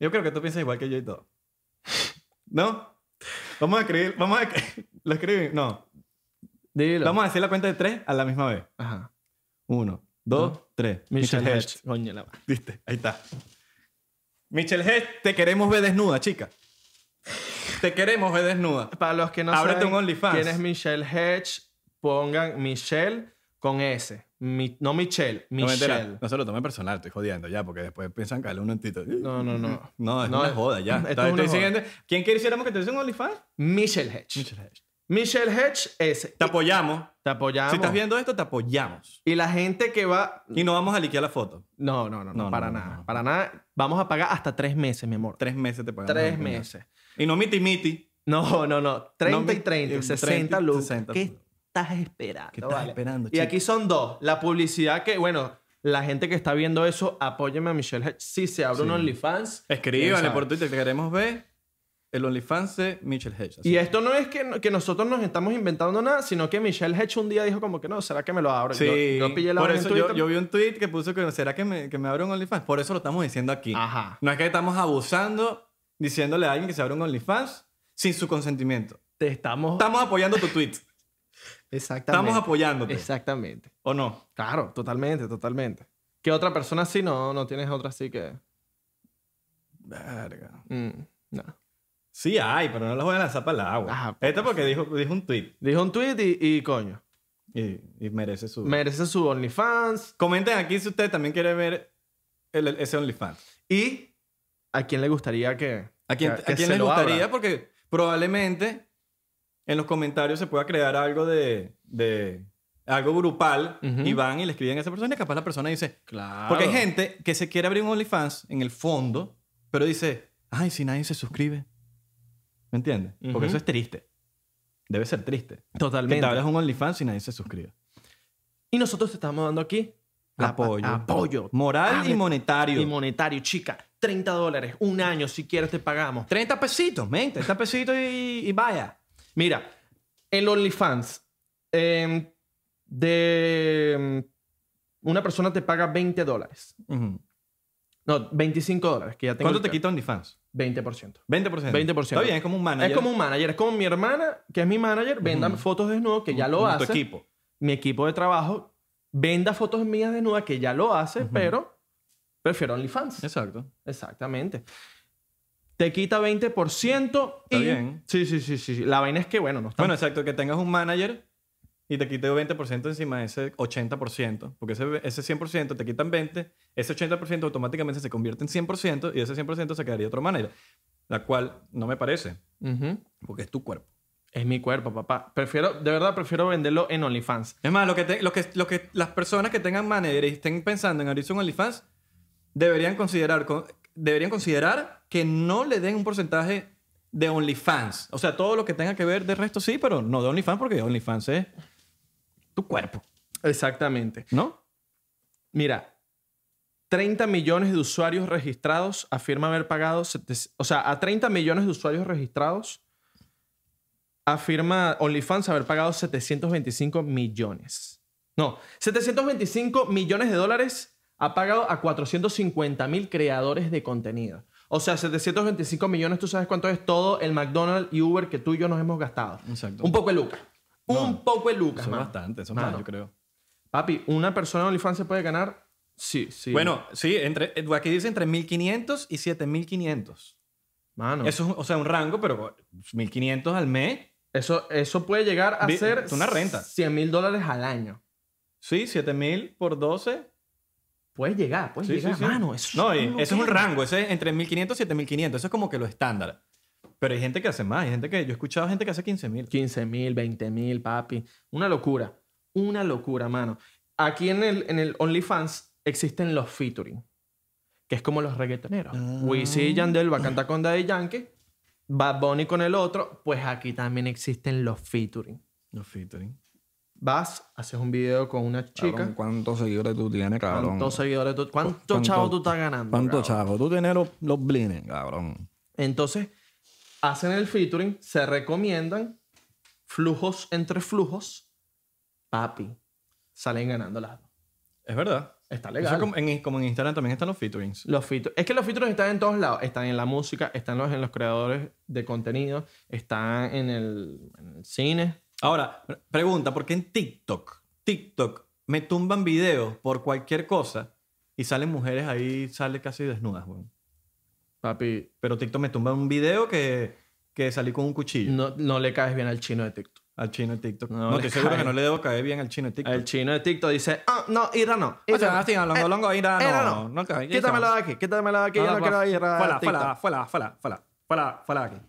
Speaker 3: Yo creo que tú piensas igual que yo y todo. ¿No? Vamos a escribir. Vamos a. ¿Lo escribimos? No.
Speaker 2: Dilo.
Speaker 3: Vamos a decir la cuenta de tres a la misma vez.
Speaker 2: Ajá.
Speaker 3: Uno, dos, tres.
Speaker 2: Michelle
Speaker 3: Michelle
Speaker 2: Hedge. Coño, la-
Speaker 3: Hedge. ¿Viste? Ahí está. Michelle Hedge, te queremos ver desnuda, chica. Te queremos ver desnuda.
Speaker 2: Para los que no
Speaker 3: Ábrete
Speaker 2: saben
Speaker 3: un OnlyFans.
Speaker 2: quién es Michelle Hedge, pongan Michelle con S. Mi- no Michelle,
Speaker 3: No, me
Speaker 2: Michelle.
Speaker 3: no se lo tomen personal, estoy jodiendo ya, porque después piensan que uno en Tito.
Speaker 2: No, no, no.
Speaker 3: No, es
Speaker 2: No,
Speaker 3: una joda ya.
Speaker 2: esto es
Speaker 3: Estoy
Speaker 2: una joda.
Speaker 3: siguiendo- ¿Quién quisiéramos que te hiciera un OnlyFans?
Speaker 2: Michelle Hedge.
Speaker 3: Hedge.
Speaker 2: Michelle Hedge S.
Speaker 3: Te apoyamos.
Speaker 2: Te apoyamos.
Speaker 3: Si estás viendo esto, te apoyamos.
Speaker 2: Y la gente que va...
Speaker 3: Y no vamos a liquear la foto.
Speaker 2: No, no, no, no,
Speaker 3: No, no,
Speaker 2: para
Speaker 3: no, no,
Speaker 2: nada.
Speaker 3: no.
Speaker 2: Para nada. Vamos a pagar hasta tres meses, mi amor.
Speaker 3: Tres meses te pagamos.
Speaker 2: Tres
Speaker 3: el coñazo.
Speaker 2: meses.
Speaker 3: Y no miti miti.
Speaker 2: No, no, no. 30 y
Speaker 3: mi-
Speaker 2: 30,
Speaker 3: eh,
Speaker 2: 60
Speaker 3: 30,
Speaker 2: lucas.
Speaker 3: 60.
Speaker 2: ¿Qué estás esperando?
Speaker 3: ¿Qué estás esperando,
Speaker 2: Y
Speaker 3: chico?
Speaker 2: aquí son dos. La publicidad que, bueno, la gente que está viendo eso, apóyeme a Michelle Hedge. Si se abre un OnlyFans. quién
Speaker 3: Escríbanle
Speaker 2: sabe.
Speaker 3: por Twitter que queremos ver el OnlyFans de Mitchell Hedge. Así.
Speaker 2: Y esto no es que, que nosotros nos estamos inventando nada, sino que Michelle Hedge un día dijo como que no, ¿será que me lo abro?
Speaker 3: Sí,
Speaker 2: Yo, yo pillé la
Speaker 3: por
Speaker 2: vaina en
Speaker 3: eso yo,
Speaker 2: Twitter.
Speaker 3: yo vi un tweet que puso que será que me, que me abra un OnlyFans. Por eso lo estamos diciendo aquí.
Speaker 2: Ajá.
Speaker 3: No es que estamos abusando diciéndole a alguien que se abra un OnlyFans sin su consentimiento.
Speaker 2: Te estamos...
Speaker 3: Estamos apoyando tu tweet.
Speaker 2: Exactamente.
Speaker 3: Estamos apoyándote.
Speaker 2: Exactamente.
Speaker 3: ¿O no?
Speaker 2: Claro, totalmente, totalmente. ¿Qué otra persona sí? No, no tienes otra así que...
Speaker 3: Verga.
Speaker 2: Mm, no.
Speaker 3: Sí hay, pero no las voy a lanzar para el agua.
Speaker 2: Ajá.
Speaker 3: Esta porque dijo, dijo un tweet
Speaker 2: Dijo un tweet y, y coño.
Speaker 3: y, y merece su...
Speaker 2: Merece su OnlyFans.
Speaker 3: Comenten aquí si ustedes también quieren ver el- el- ese OnlyFans.
Speaker 2: ¿Y a quién le gustaría que...
Speaker 3: ¿A quién,
Speaker 2: que- que
Speaker 3: a quién
Speaker 2: se
Speaker 3: les
Speaker 2: lo abra?
Speaker 3: gustaría? Porque probablemente en los comentarios se pueda crear algo de... de- algo grupal
Speaker 2: Ujú.
Speaker 3: y van y le escriben a esa persona y capaz la persona dice...
Speaker 2: Claro.
Speaker 3: Porque hay gente que se quiere abrir un OnlyFans en el fondo, pero dice, ay, si nadie se suscribe. ¿Me entiendes?
Speaker 2: Ujú.
Speaker 3: Porque eso es triste. Debe ser triste. Que te
Speaker 2: Totalmente.
Speaker 3: abras un OnlyFans y nadie se suscribe.
Speaker 2: Y nosotros te estamos dando aquí... la-
Speaker 3: Apoyo.
Speaker 2: Ah, Apoyo.
Speaker 3: Moral
Speaker 2: Ábrete.
Speaker 3: y monetario.
Speaker 2: Y monetario, chica. 30 dólares, un año, si quieres te pagamos.
Speaker 3: 30 pesitos, men, 30 pesitos y, y vaya.
Speaker 2: Mira, el OnlyFans eh, de mm, una persona te paga 20 dólares. No, 25 dólares, que ya tengo.
Speaker 3: ¿Cuánto te
Speaker 2: el-
Speaker 3: quita OnlyFans?
Speaker 2: 20%.
Speaker 3: 20%.
Speaker 2: 20%.
Speaker 3: Está bien, es como un manager.
Speaker 2: Es como un manager, es como mi hermana, que es mi manager, venda fotos desnudas, que ya lo
Speaker 3: Como
Speaker 2: hace.
Speaker 3: Tu equipo.
Speaker 2: Mi equipo de trabajo venda fotos mías desnudas, que ya lo hace, pero prefiero OnlyFans.
Speaker 3: Exacto.
Speaker 2: Exactamente. Te quita 20% y...
Speaker 3: Está bien.
Speaker 2: Sí, sí, sí, sí. sí. La vaina es que, bueno, no está...
Speaker 3: Bueno, exacto, que tengas un manager y te quite 20% encima de ese 80%, porque ese, ese 100% te quitan 20, ese 80% automáticamente se convierte en 100% y ese 100% se quedaría de otra manera, la cual no me parece,
Speaker 2: Ujú.
Speaker 3: porque es tu cuerpo.
Speaker 2: Es mi cuerpo, papá. Prefiero, de verdad, prefiero venderlo en OnlyFans.
Speaker 3: Es más, lo que, te- lo que, lo que las personas que tengan manager y estén pensando en abrirse un OnlyFans deberían considerar, con- deberían considerar que no le den un porcentaje de OnlyFans. O sea, todo lo que tenga que ver de resto sí, pero no de OnlyFans porque OnlyFans es tu cuerpo,
Speaker 2: Exactamente.
Speaker 3: ¿no?
Speaker 2: Mira, 30 millones de usuarios registrados afirma haber pagado... sete- O sea, a 30 millones de usuarios registrados afirma OnlyFans haber pagado 725 millones. No, 725 millones de dólares ha pagado a 450 mil creadores de contenido. O sea, 725 millones, tú sabes cuánto es todo el McDonald's y Uber que tú y yo nos hemos gastado.
Speaker 3: Exacto.
Speaker 2: Un poco de lucas. Un poco de lucas,
Speaker 3: Eso es
Speaker 2: mano.
Speaker 3: bastante, eso es
Speaker 2: Mano.
Speaker 3: más, yo creo.
Speaker 2: Papi, una persona de OnlyFans se puede ganar. Sí, sí.
Speaker 3: Bueno, sí, entre, eh, aquí dice entre 1.500 y 7.500.
Speaker 2: mano.
Speaker 3: Eso
Speaker 2: Eso,
Speaker 3: es, un- o sea, un rango, pero 1.500 al mes.
Speaker 2: eso, puede llegar a
Speaker 3: Vi-
Speaker 2: ser.
Speaker 3: es una renta.
Speaker 2: 100 mil dólares al año.
Speaker 3: Sí, 7.000 por 12.
Speaker 2: Puedes llegar, puedes
Speaker 3: Sí,
Speaker 2: llegar.
Speaker 3: sí, sí.
Speaker 2: Pues Mano, eso
Speaker 3: No,
Speaker 2: es
Speaker 3: y eso
Speaker 2: una
Speaker 3: es un
Speaker 2: loquera.
Speaker 3: rango, ese es entre 1500 y 7500, eso es como que lo estándar. Pero hay gente que hace más, hay gente que yo he escuchado gente que hace 15000.
Speaker 2: 15 mil, 20 mil, papi. Una locura. Una locura, mano. Aquí en el, en el OnlyFans existen los
Speaker 3: Ah.
Speaker 2: featuring, que es como los reggaetoneros. Wisin y Yandel va a cantar con Daddy Yankee Bad Bunny con el otro, pues aquí también existen los featuring.
Speaker 3: Los featuring.
Speaker 2: Vas, haces un video con una
Speaker 4: Cabrón,
Speaker 2: chica.
Speaker 4: ¿Cuántos seguidores tú tienes, cabrón?
Speaker 2: ¿Cuántos seguidores tú, cuánto, chavo tú estás ganando?
Speaker 4: ¿Cuántos
Speaker 2: cabrón?
Speaker 4: chavos? Tú tienes los, los blines, cabrón.
Speaker 2: Entonces, hacen el featuring, se recomiendan flujos entre flujos. Papi, salen ganando las dos.
Speaker 3: Es verdad.
Speaker 2: Está
Speaker 3: Eso
Speaker 2: legal.
Speaker 3: como, en, como en Instagram también están los featurings.
Speaker 2: Los features. Es que los features están en todos lados. Están en la música, están los, en los creadores de contenido, están en el, en el cine.
Speaker 3: Ahora, pregunta, ¿por qué en TikTok, TikTok, me tumban videos por cualquier cosa y salen mujeres ahí, sale casi desnudas, weón?
Speaker 2: Papi,
Speaker 3: Pero TikTok me tumba un video que, que salí con un cuchillo
Speaker 2: no, no le caes bien al chino de TikTok.
Speaker 3: al chino de TikTok.
Speaker 2: No,
Speaker 3: No,
Speaker 2: le
Speaker 3: estoy seguro
Speaker 2: cae.
Speaker 3: que no le debo caer bien al chino de TikTok.
Speaker 2: El chino de TikTok dice, ah, no, Ira no.
Speaker 4: Oye, no, sí, longo,
Speaker 2: eh,
Speaker 4: longo, Ira,
Speaker 2: Ira
Speaker 4: no,
Speaker 2: no.
Speaker 4: no cae,
Speaker 2: Quítamelo de aquí, quítamelo de aquí, yo no quiero ir a
Speaker 3: Fuera,
Speaker 2: TikTok.
Speaker 3: fuera, fuera, fuera, fuera, fuera, fuera de aquí.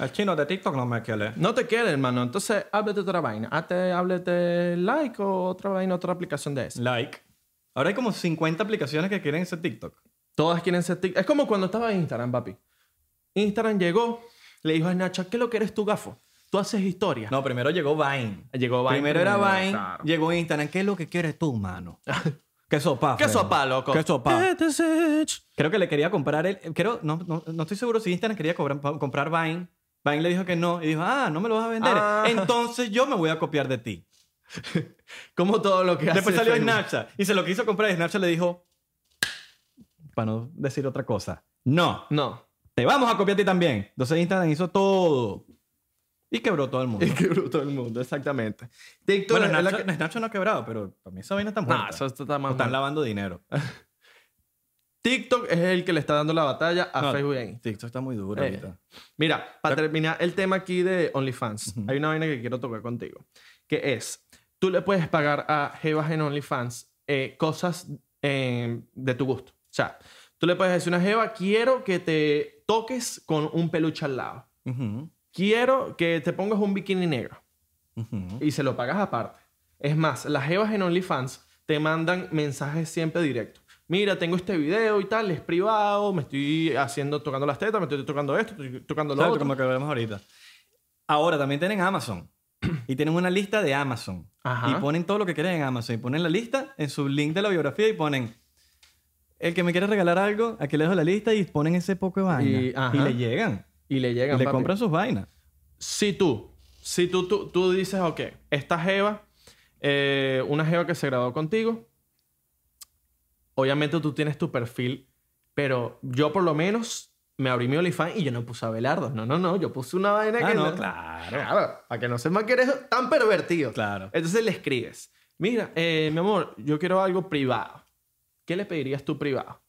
Speaker 3: Al chino de TikTok no me quiere.
Speaker 2: No te quiere, hermano. Entonces, háblete otra vaina. Hazte, háblete like o otra vaina, otra aplicación de esa.
Speaker 3: Like. Ahora hay como 50 aplicaciones que quieren ese TikTok.
Speaker 2: Todas quieren ser TikTok. Es como cuando estaba en Instagram, papi. Instagram llegó, le dijo a Nacha, ¿qué es lo que eres tú, gafo? Tú haces historia.
Speaker 3: No, primero llegó Vine.
Speaker 2: Llegó Vine.
Speaker 3: Primero era Vine,
Speaker 2: claro.
Speaker 3: llegó Instagram. ¿Qué es lo que quieres tú, mano? ¿Qué sopa?
Speaker 2: ¿Qué
Speaker 3: Fred?
Speaker 2: sopa, loco?
Speaker 3: ¿Qué sopa?
Speaker 2: Get this itch.
Speaker 3: Creo que le quería comprar el... Creo, no, no, no estoy seguro si Instagram quería cobrar- comprar Vine. Vine le dijo que no. Y dijo, ah, no me lo vas a vender.
Speaker 2: Ah.
Speaker 3: Entonces yo me voy a copiar de ti.
Speaker 2: Como todo lo que hace
Speaker 3: Después salió
Speaker 2: Facebook.
Speaker 3: Snapchat. Y se lo quiso comprar y Snapchat le dijo... Para no decir otra cosa. No,
Speaker 2: No.
Speaker 3: te vamos a copiar a ti también. Entonces Instagram hizo todo. Y quebró todo el mundo.
Speaker 2: Y quebró todo el mundo, exactamente. TikTok
Speaker 3: Bueno,
Speaker 2: es la
Speaker 3: Snapchat, Snapchat no ha quebrado, pero para mí esa vaina está
Speaker 2: que-
Speaker 3: muerta.
Speaker 2: Nah, eso Ah, está
Speaker 3: O
Speaker 2: más
Speaker 3: están
Speaker 2: mal.
Speaker 3: lavando dinero.
Speaker 2: TikTok es el que le está dando la batalla a
Speaker 3: No.
Speaker 2: Facebook y a Instagram.
Speaker 3: TikTok está muy duro
Speaker 2: Eh.
Speaker 3: ahorita.
Speaker 2: Mira, para terminar el tema aquí de OnlyFans, hay una vaina que quiero tocar contigo, que es, tú le puedes pagar a Jevas en OnlyFans eh, cosas eh, de tu gusto. O sea, tú le puedes decir a una Jeva, quiero que te toques con un peluche al lado.
Speaker 3: Ujú,
Speaker 2: Quiero que te pongas un bikini negro
Speaker 3: ujú.
Speaker 2: y se lo pagas aparte. Es más, las Jevas en OnlyFans te mandan mensajes siempre directos. Mira, tengo este video y tal, es privado, me estoy haciendo, tocando las tetas, me estoy tocando esto, estoy tocando lo
Speaker 3: Claro,
Speaker 2: otro.
Speaker 3: como que vemos ahorita. Ahora también tienen Amazon. Y tienen una lista de Amazon.
Speaker 2: Ajá.
Speaker 3: Y ponen todo lo que quieren en Amazon. Y ponen la lista en su link de la biografía y ponen. El que me quiere regalar algo, aquí le dejo la lista y ponen ese poco de vaina.
Speaker 2: Y-
Speaker 3: Y,
Speaker 2: ajá.
Speaker 3: le llegan.
Speaker 2: Y le
Speaker 3: Y
Speaker 2: llegan,
Speaker 3: le
Speaker 2: papi.
Speaker 3: compran sus vainas.
Speaker 2: si tú, si tú, tú, tú dices, ok, esta jeva, eh, una jeva que se graduó contigo, obviamente tú tienes tu perfil, pero yo por lo menos me abrí mi OnlyFans y yo no puse a Belardo. No, no, no, yo puse una vaina
Speaker 3: Ah,
Speaker 2: que
Speaker 3: no, claro.
Speaker 2: Claro, para que no sepa que eres tan pervertido.
Speaker 3: Claro.
Speaker 2: Entonces le escribes, mira, eh, mi amor, yo quiero algo privado. ¿Qué le pedirías tú privado?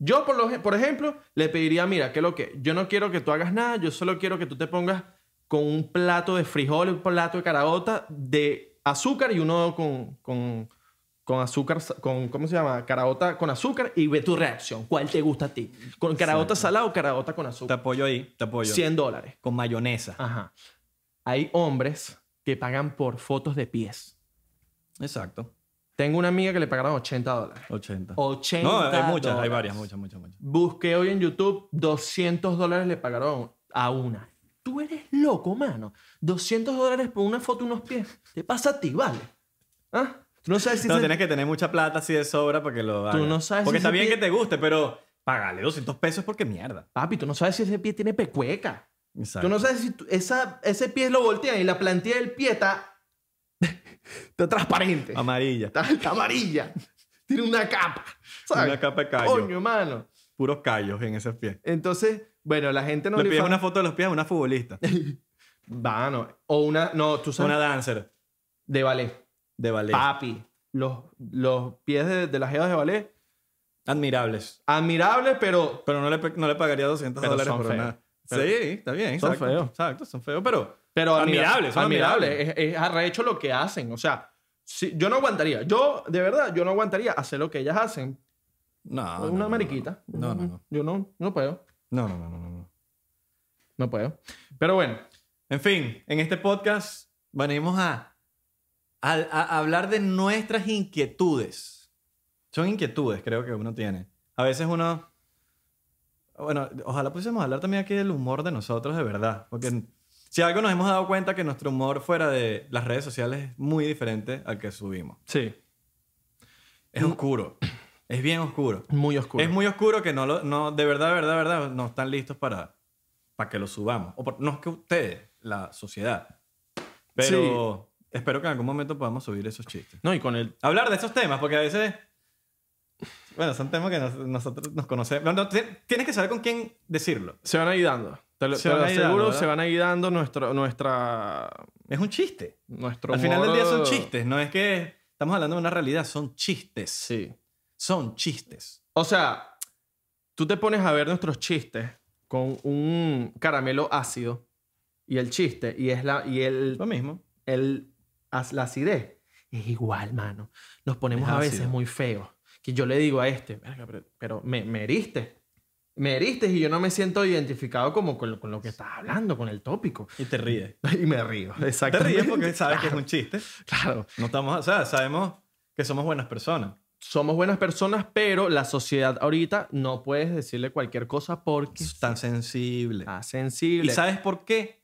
Speaker 2: Yo, por, lo, ge- por ejemplo, le pediría, mira, ¿qué es lo que? Yo no quiero que tú hagas nada, yo solo quiero que tú te pongas con un plato de frijol, un plato de caraota, de azúcar y uno con, con, con azúcar, sa- con, ¿cómo se llama? Caraota con azúcar y ve tu reacción. ¿Cuál te gusta a ti? ¿Con caraota salada o caraota con
Speaker 3: Te
Speaker 2: azúcar?
Speaker 3: apoyo ahí, te apoyo.
Speaker 2: 100 dólares.
Speaker 3: Con mayonesa.
Speaker 2: Ajá. Hay hombres que pagan por fotos de pies.
Speaker 3: Exacto.
Speaker 2: Tengo una amiga que le pagaron 80 dólares.
Speaker 3: 80.
Speaker 2: 80
Speaker 3: No, hay muchas, hay
Speaker 2: dólares.
Speaker 3: varias, muchas, muchas, muchas.
Speaker 2: Busqué hoy en YouTube, 200 dólares le pagaron a una. Tú eres loco, mano. 200 dólares por una foto de unos pies. Te pasa a ti, vale. ¿Ah? Tú no sabes si
Speaker 3: No,
Speaker 2: ese-
Speaker 3: tienes que tener mucha plata así de sobra para que lo hagas.
Speaker 2: no sabes
Speaker 3: Porque
Speaker 2: si
Speaker 3: está
Speaker 2: se
Speaker 3: bien
Speaker 2: pide-
Speaker 3: que te guste, pero págale 200 pesos porque mierda.
Speaker 2: Papi, tú no sabes si ese pie tiene pecueca.
Speaker 3: Exacto.
Speaker 2: Tú no sabes si tú- esa, ese pie lo voltean y la plantilla del pie está... está transparente.
Speaker 3: Amarilla.
Speaker 2: está, está amarilla. Tiene una capa. ¿sabes?
Speaker 3: Una capa de callo.
Speaker 2: Coño, mano.
Speaker 3: Puros callos en esos pies.
Speaker 2: Entonces, bueno, la gente no
Speaker 3: Le pides
Speaker 2: fan-
Speaker 3: una foto de los pies a una futbolista.
Speaker 2: Vano. O una. Ah. No, tú sabes.
Speaker 3: una dancer
Speaker 2: De ballet.
Speaker 3: de ballet.
Speaker 2: Papi. Los, los pies de, de las jevas de ballet.
Speaker 3: Admirables.
Speaker 2: Admirables, pero.
Speaker 3: Pero no le, pe- no le pagaría 200
Speaker 2: Pero
Speaker 3: dólares
Speaker 2: son
Speaker 3: por
Speaker 2: feos.
Speaker 3: nada.
Speaker 2: Pero-
Speaker 3: sí, está bien.
Speaker 2: Son
Speaker 3: exacto.
Speaker 2: feos.
Speaker 3: Exacto, son feos, pero...
Speaker 2: pero
Speaker 3: Admirables, son admirables.
Speaker 2: Es, es arrecho lo que hacen. O sea, si- yo no aguantaría. Yo, de verdad, yo no aguantaría hacer lo que ellas hacen.
Speaker 3: No, no,
Speaker 2: una
Speaker 3: no,
Speaker 2: mariquita.
Speaker 3: No, no, no.
Speaker 2: Yo no, no puedo.
Speaker 3: No, no, no, no, no, no.
Speaker 2: No puedo. Pero bueno.
Speaker 3: En fin, en este podcast venimos a, a- a hablar de nuestras inquietudes. Son inquietudes, creo que uno tiene. A veces uno Bueno, ojalá pudiésemos hablar también aquí del humor de nosotros de verdad. Porque si algo nos hemos dado cuenta que nuestro humor fuera de las redes sociales es muy diferente al que subimos.
Speaker 2: Sí.
Speaker 3: Es oscuro. Es bien oscuro.
Speaker 2: Muy oscuro.
Speaker 3: Es muy oscuro que no, lo, no de verdad, de verdad, de verdad, no están listos para, para que lo subamos. O por- no es que ustedes, la sociedad. Pero espero que en algún momento podamos subir esos chistes.
Speaker 2: No, y con el...
Speaker 3: Hablar de esos temas, porque a veces... Bueno, son temas que nos- nosotros nos conocemos. No, no, ti- tienes que saber con quién decirlo.
Speaker 2: Se van a ir dando. Te lo,
Speaker 3: Se
Speaker 2: te lo
Speaker 3: van a ir
Speaker 2: aseguro,
Speaker 3: dando, ¿verdad?
Speaker 2: se van a ir dando nuestro, nuestra...
Speaker 3: Es un chiste.
Speaker 2: Nuestro
Speaker 3: Al final
Speaker 2: humor-
Speaker 3: del día son chistes, no es que estamos hablando de una realidad, son chistes.
Speaker 2: Sí.
Speaker 3: Son chistes.
Speaker 2: O sea, tú te pones a ver nuestros chistes con un caramelo ácido y el chiste y es la y el,
Speaker 3: Lo mismo.
Speaker 2: el as- la acidez es igual, mano. Nos ponemos
Speaker 3: Es
Speaker 2: a
Speaker 3: ácido.
Speaker 2: veces muy feos. Que yo le digo a este, "Verga, pero, pero me, me heriste. Me heriste y yo no me siento identificado como con, lo- con lo que estás hablando, con el tópico.
Speaker 3: Y te ríes.
Speaker 2: Y me río,
Speaker 3: Te
Speaker 2: exactamente.
Speaker 3: ríes porque sabes que es un chiste.
Speaker 2: Claro.
Speaker 3: No estamos, o sea, sabemos que somos buenas personas.
Speaker 2: Somos buenas personas, pero la sociedad ahorita no puedes decirle cualquier cosa porque
Speaker 3: Es tan sensible.
Speaker 2: está
Speaker 3: ¿Y
Speaker 2: Ah, sensible.
Speaker 3: sabes por qué?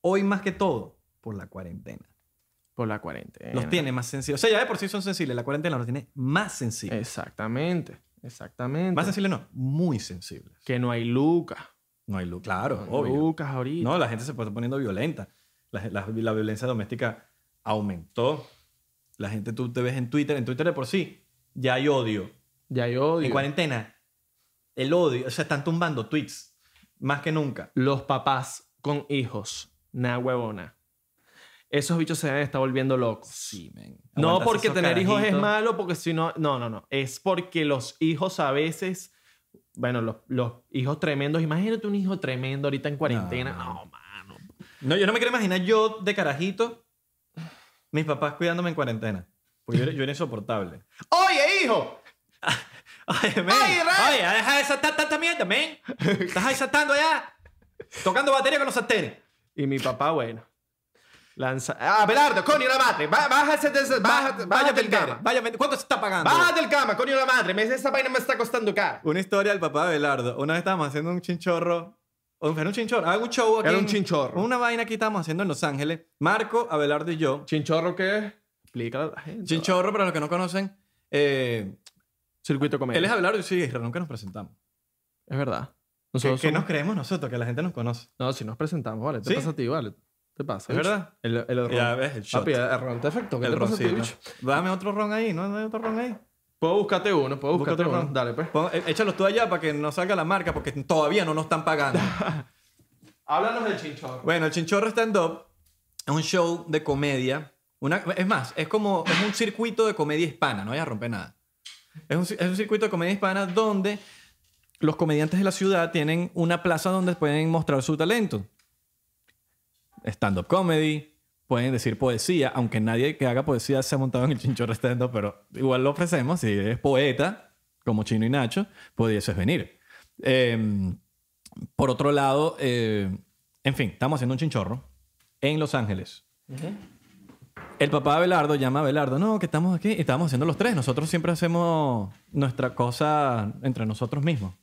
Speaker 3: Hoy más que todo, por la cuarentena.
Speaker 2: Por la cuarentena.
Speaker 3: Los tiene más sensibles. O sea, ya de por sí son sensibles. La cuarentena los tiene más sensibles.
Speaker 2: Exactamente, exactamente.
Speaker 3: Más sensibles no, muy sensibles.
Speaker 2: que no hay Lucas.
Speaker 3: No hay luz. Claro,
Speaker 2: No hay
Speaker 3: obvio.
Speaker 2: Lucas ahorita.
Speaker 3: No, la gente se está poniendo violenta. La, la- la violencia doméstica aumentó. La gente, tú te ves en Twitter, en Twitter de por sí, ya hay odio.
Speaker 2: Ya yo
Speaker 3: En
Speaker 2: digo,
Speaker 3: cuarentena, el odio, o sea, están tumbando tweets más que nunca.
Speaker 2: los papás con hijos, na huevona. Esos bichos se están volviendo locos.
Speaker 3: Sí, men.
Speaker 2: No
Speaker 3: Aguantarse
Speaker 2: porque
Speaker 3: esos
Speaker 2: tener hijos es
Speaker 3: carajitos.
Speaker 2: malo, porque si no, no, no, no. Es porque los hijos a veces, bueno, los, los hijos tremendos, imagínate un hijo tremendo ahorita en cuarentena. Oh,
Speaker 3: No,
Speaker 2: No, mano.
Speaker 3: No, yo no me quiero imaginar yo de carajito, mis papás cuidándome en cuarentena. Porque yo, era- yo era insoportable.
Speaker 2: Oye, hijo,
Speaker 3: Oye, men.
Speaker 2: Ay, Ray.
Speaker 3: Oye, deja de saltar tanta mierda, men. Estás ahí saltando allá. Tocando batería con los sartenes.
Speaker 2: Y mi papá, bueno. Lanza. ¡Ah, Belardo! ¡Coño, la madre! Ba- ¡Bájate de ese- baja- bájate del
Speaker 3: vaya,
Speaker 2: cama!
Speaker 3: vaya, ¿cuánto se está pagando?
Speaker 2: ¡Bájate del cama, coño, la madre! Me dice, esa vaina me está costando cara.
Speaker 3: Una historia del papá de Belardo. Una vez estábamos haciendo un chinchorro. O era un chinchorro. Hago un show aquí.
Speaker 2: Era un
Speaker 3: en-
Speaker 2: chinchorro.
Speaker 3: Una vaina que estábamos haciendo en Los Ángeles. Marco, Abelardo y yo.
Speaker 2: ¿Chinchorro qué es? Explícalo a la gente.
Speaker 3: Chinchorro, para los que no conocen. eh,
Speaker 2: Circuito comedia.
Speaker 3: él es
Speaker 2: Es,
Speaker 3: Abelardo y yo soy Isra. Nunca nos presentamos.
Speaker 2: verdad.
Speaker 3: ¿Qué,
Speaker 2: Nosotros
Speaker 3: qué
Speaker 2: somos-
Speaker 3: nos creemos nosotros? Que la gente nos conoce.
Speaker 2: No, si nos presentamos, vale. ¿Te
Speaker 3: ¿Sí?
Speaker 2: pasa a ti, vale? ¿Te pasa?
Speaker 3: ¿Es
Speaker 2: bicho?
Speaker 3: verdad?
Speaker 2: El, el, ron.
Speaker 3: Ya ves, el shot.
Speaker 2: Papi, el ron te afectó. ¿Qué
Speaker 3: El
Speaker 2: te pasa a ti,
Speaker 3: roncito.
Speaker 2: bicho?
Speaker 3: Dame otro ron ahí. ¿No no hay otro ron ahí?
Speaker 2: Puedo buscarte uno, puedo
Speaker 3: Busca
Speaker 2: buscarte
Speaker 3: otro
Speaker 2: uno.
Speaker 3: ron.
Speaker 2: Dale, pues.
Speaker 3: Pon- eh, échalos tú allá para que no salga la marca porque todavía no nos están pagando.
Speaker 2: Háblanos del chinchorro.
Speaker 3: Bueno, el Chinchorro Stand Up es un show de comedia. Una, es más, es como es un circuito de comedia hispana, no voy a romper nada. Es un, ci- es un circuito de comedia hispana donde los comediantes de la ciudad tienen una plaza donde pueden mostrar su talento. Stand-up comedy, pueden decir poesía, aunque nadie que haga poesía se ha montado en el Chinchorro Stand Up, pero igual lo ofrecemos. Si eres poeta, como Chino y Nacho, pudieses venir. Em, por otro lado, eh, en fin, estamos haciendo un chinchorro en Los Ángeles. El papá de Abelardo llama a Abelardo, no, que estamos aquí y estamos haciendo los tres. Nosotros siempre hacemos nuestra cosa entre nosotros mismos.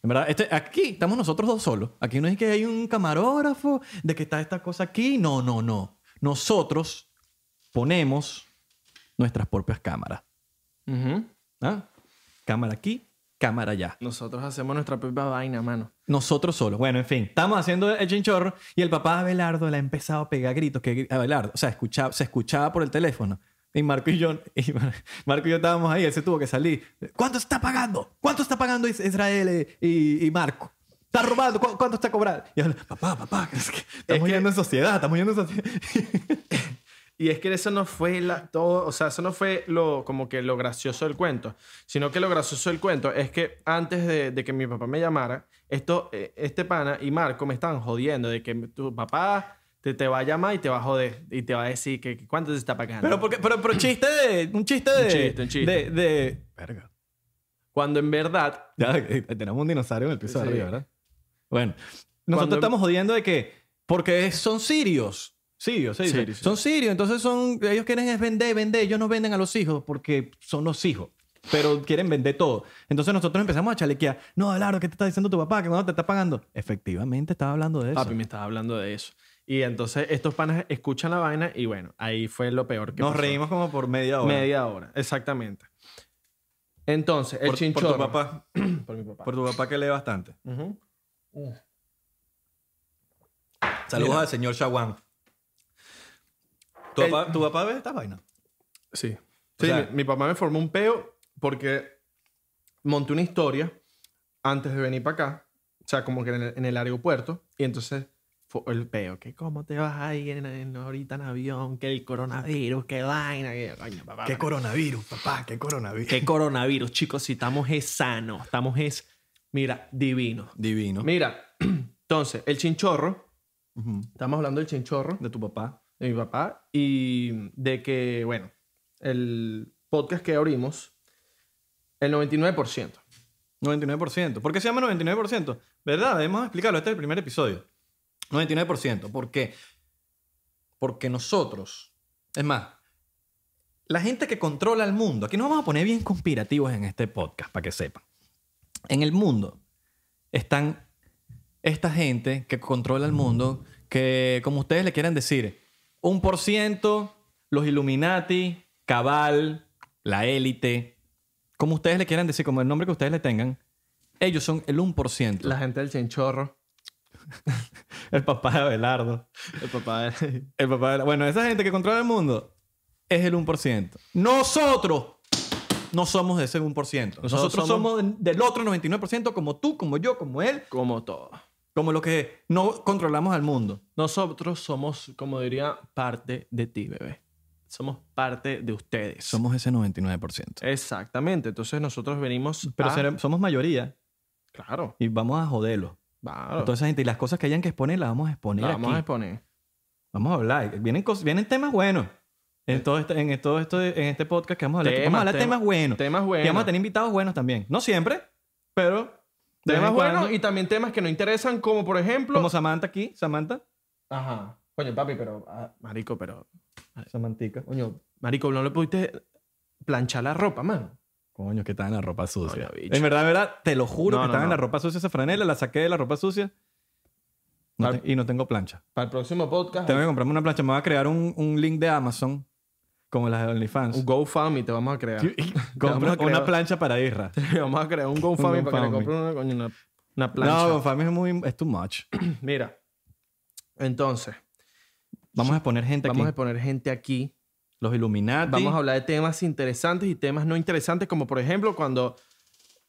Speaker 3: En verdad, este- aquí estamos nosotros dos solos. Aquí no es que hay un camarógrafo, de que está esta cosa aquí. No, no, no. Nosotros ponemos nuestras propias cámaras. ¿ah? Cámara aquí, cámara allá.
Speaker 2: Nosotros hacemos nuestra propia vaina, mano.
Speaker 3: Nosotros solos. Bueno, en fin, estamos haciendo el chinchorro y el papá de Abelardo le ha empezado a pegar gritos que Abelardo, o sea, escuchaba, se escuchaba por el teléfono. Y Marco y yo, y Mar- Marco y yo estábamos ahí, él se tuvo que salir. ¿Cuánto está pagando? ¿Cuánto está pagando Is- Israel eh, y, y Marco? ¿Está robando? ¿Cu- ¿Cuánto está cobrando? Y él, papá, papá, es que estamos
Speaker 2: que-
Speaker 3: yendo en sociedad, estamos yendo en sociedad.
Speaker 2: Y es que eso no fue la, todo, o sea, eso no fue lo, como que lo gracioso del cuento, sino que lo gracioso del cuento es que antes de, de que mi papá me llamara, esto, eh, este pana y Marco me estaban jodiendo de que tu papá te, te va a llamar y te va a joder y te va a decir que, que cuánto te está pagando.
Speaker 3: pero, porque, pero, pero chiste de... Ah, Un chiste de...
Speaker 2: chiste, un chiste.
Speaker 3: De... de- Verga.
Speaker 2: Cuando en verdad,
Speaker 3: Ya, eh, tenemos un dinosaurio en el piso
Speaker 2: Sí.
Speaker 3: de arriba, ¿verdad? Bueno, nosotros
Speaker 2: Cuando-
Speaker 3: estamos jodiendo de que, porque es- son sirios. Sirios, se dice.
Speaker 2: Sirios, sí.
Speaker 3: Son sirios, entonces son, ellos quieren es vender, vender. Ellos no venden a los hijos porque son los hijos. pero quieren vender todo. Entonces nosotros empezamos a chalequear. No, Abelardo, ¿qué te está diciendo tu papá? ¿Que cuando te está pagando? Efectivamente, estaba hablando de eso.
Speaker 2: Papi, me estaba hablando de eso. Y entonces estos panas escuchan la vaina y bueno, ahí fue lo peor que
Speaker 3: Nos
Speaker 2: pasó.
Speaker 3: reímos como por media hora.
Speaker 2: Media hora, exactamente. Entonces, el
Speaker 3: por, por
Speaker 2: chinchorro.
Speaker 3: tu papá.
Speaker 2: Por mi papá.
Speaker 3: Por tu papá que lee bastante.
Speaker 2: Ujú.
Speaker 3: Saludos al señor Shawan. ¿Tu,
Speaker 2: El-
Speaker 3: papá, ¿Tu papá ve esta vaina?
Speaker 2: Sí.
Speaker 3: O
Speaker 2: Sí,
Speaker 3: sea-
Speaker 2: mi, mi papá me formó un peo porque monté una historia antes de venir para acá, o sea, como que en el, en el aeropuerto, y entonces fue el peo, que cómo te vas a ir en, en- ahorita en avión, que el coronavirus, que vaina, que coño, papá.
Speaker 3: Ah, ¿Qué coronavirus, papá? ¿Qué coronavirus?
Speaker 2: qué coronavirus, chicos, si estamos es sano, estamos es, mira, divino.
Speaker 3: Divino.
Speaker 2: Mira, entonces, el chinchorro, estamos hablando del chinchorro,
Speaker 3: De tu papá.
Speaker 2: de mi papá y de que, bueno, el podcast que abrimos, el 99%.
Speaker 3: 99%. ¿Por qué se llama 99%? ¿Verdad? Debemos explicarlo. Este es el primer episodio. 99%. ¿Por qué? Porque nosotros, es más, la gente que controla el mundo, aquí nos vamos a poner bien conspirativos en este podcast, para que sepan. En el mundo están esta gente que controla el mundo, que como ustedes le quieran decir, un por ciento, los Illuminati, Cabal, la élite, como ustedes le quieran decir, como el nombre que ustedes le tengan, ellos son el 1%.
Speaker 2: La gente del chinchorro.
Speaker 3: El papá de Abelardo.
Speaker 2: El papá de...
Speaker 3: El papá de Abelardo. Bueno, esa gente que controla el mundo es el 1%. Nosotros no somos de ese 1%. Nosotros, somos...
Speaker 2: somos-
Speaker 3: del otro 99%, como tú, como yo, como él,
Speaker 2: Como todo.
Speaker 3: como los que no controlamos al mundo.
Speaker 2: Nosotros somos, como diría, parte de ti, bebé. Somos parte de ustedes.
Speaker 3: Somos ese 99%.
Speaker 2: Exactamente. Entonces nosotros venimos
Speaker 3: Pero
Speaker 2: a-
Speaker 3: seremos- somos mayoría
Speaker 2: Claro.
Speaker 3: y vamos a joderlo.
Speaker 2: Claro.
Speaker 3: Entonces, gente, y las cosas que hayan que exponer las vamos a exponer
Speaker 2: La
Speaker 3: aquí.
Speaker 2: vamos a exponer.
Speaker 3: Vamos a hablar. Vienen, cos- vienen temas buenos. En todo, este, en, todo esto, en este podcast que vamos a hablar. vamos a hablar temas buenos.
Speaker 2: Temas
Speaker 3: Y
Speaker 2: buenos.
Speaker 3: vamos a tener invitados buenos también. No siempre, pero. de vez
Speaker 2: temas
Speaker 3: en
Speaker 2: buenos
Speaker 3: cuando.
Speaker 2: y también temas que no interesan, como por ejemplo...
Speaker 3: Como Samantha aquí. Samantha.
Speaker 2: Ajá. Coño, papi, pero... ah, marico, pero...
Speaker 3: Samantica.
Speaker 2: Coño, marico, no le pudiste planchar la ropa, mano.
Speaker 3: Coño, que estaba en la ropa sucia.
Speaker 2: Coño, bicho.
Speaker 3: en verdad, en verdad, te lo juro
Speaker 2: No,
Speaker 3: que
Speaker 2: no,
Speaker 3: estaba en la
Speaker 2: no.
Speaker 3: ropa sucia esa franela. La saqué de la ropa sucia. No te- y no tengo plancha.
Speaker 2: Para el próximo podcast,
Speaker 3: Tengo que comprarme una plancha. Me voy a crear un, un link de Amazon. Como las de OnlyFans.
Speaker 2: un GoFundMe te vamos a crear.
Speaker 3: Compra
Speaker 2: Vamos a crear-
Speaker 3: una plancha para Isra.
Speaker 2: Te vamos a crear un GoFundMe
Speaker 3: Un
Speaker 2: para que le
Speaker 3: GoFundMe.
Speaker 2: compre una, coño, una, una plancha.
Speaker 3: No, GoFundMe es muy... Es too much.
Speaker 2: Mira, entonces,
Speaker 3: Vamos a exponer gente
Speaker 2: vamos a
Speaker 3: aquí.
Speaker 2: poner gente aquí.
Speaker 3: Los Illuminati.
Speaker 2: Vamos a hablar de temas interesantes y temas no interesantes, como por ejemplo cuando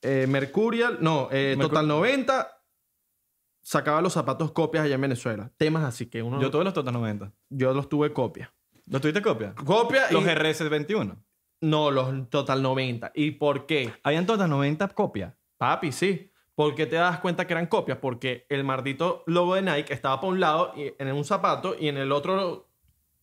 Speaker 2: eh, Mercurial, no, eh,
Speaker 3: Mercu-
Speaker 2: Total 90 sacaba los zapatos copias allá en Venezuela. Temas así que uno...
Speaker 3: Yo tuve los Total 90.
Speaker 2: yo los tuve copia.
Speaker 3: ¿Los tuviste copia?
Speaker 2: Copia y-
Speaker 3: Los RS21.
Speaker 2: No, los Total 90. ¿Y por qué?
Speaker 3: Habían todas 90 copias.
Speaker 2: Papi, sí. ¿Por qué te das cuenta que eran copias? Porque el maldito logo de Nike estaba para un lado, y, en un zapato, y en el otro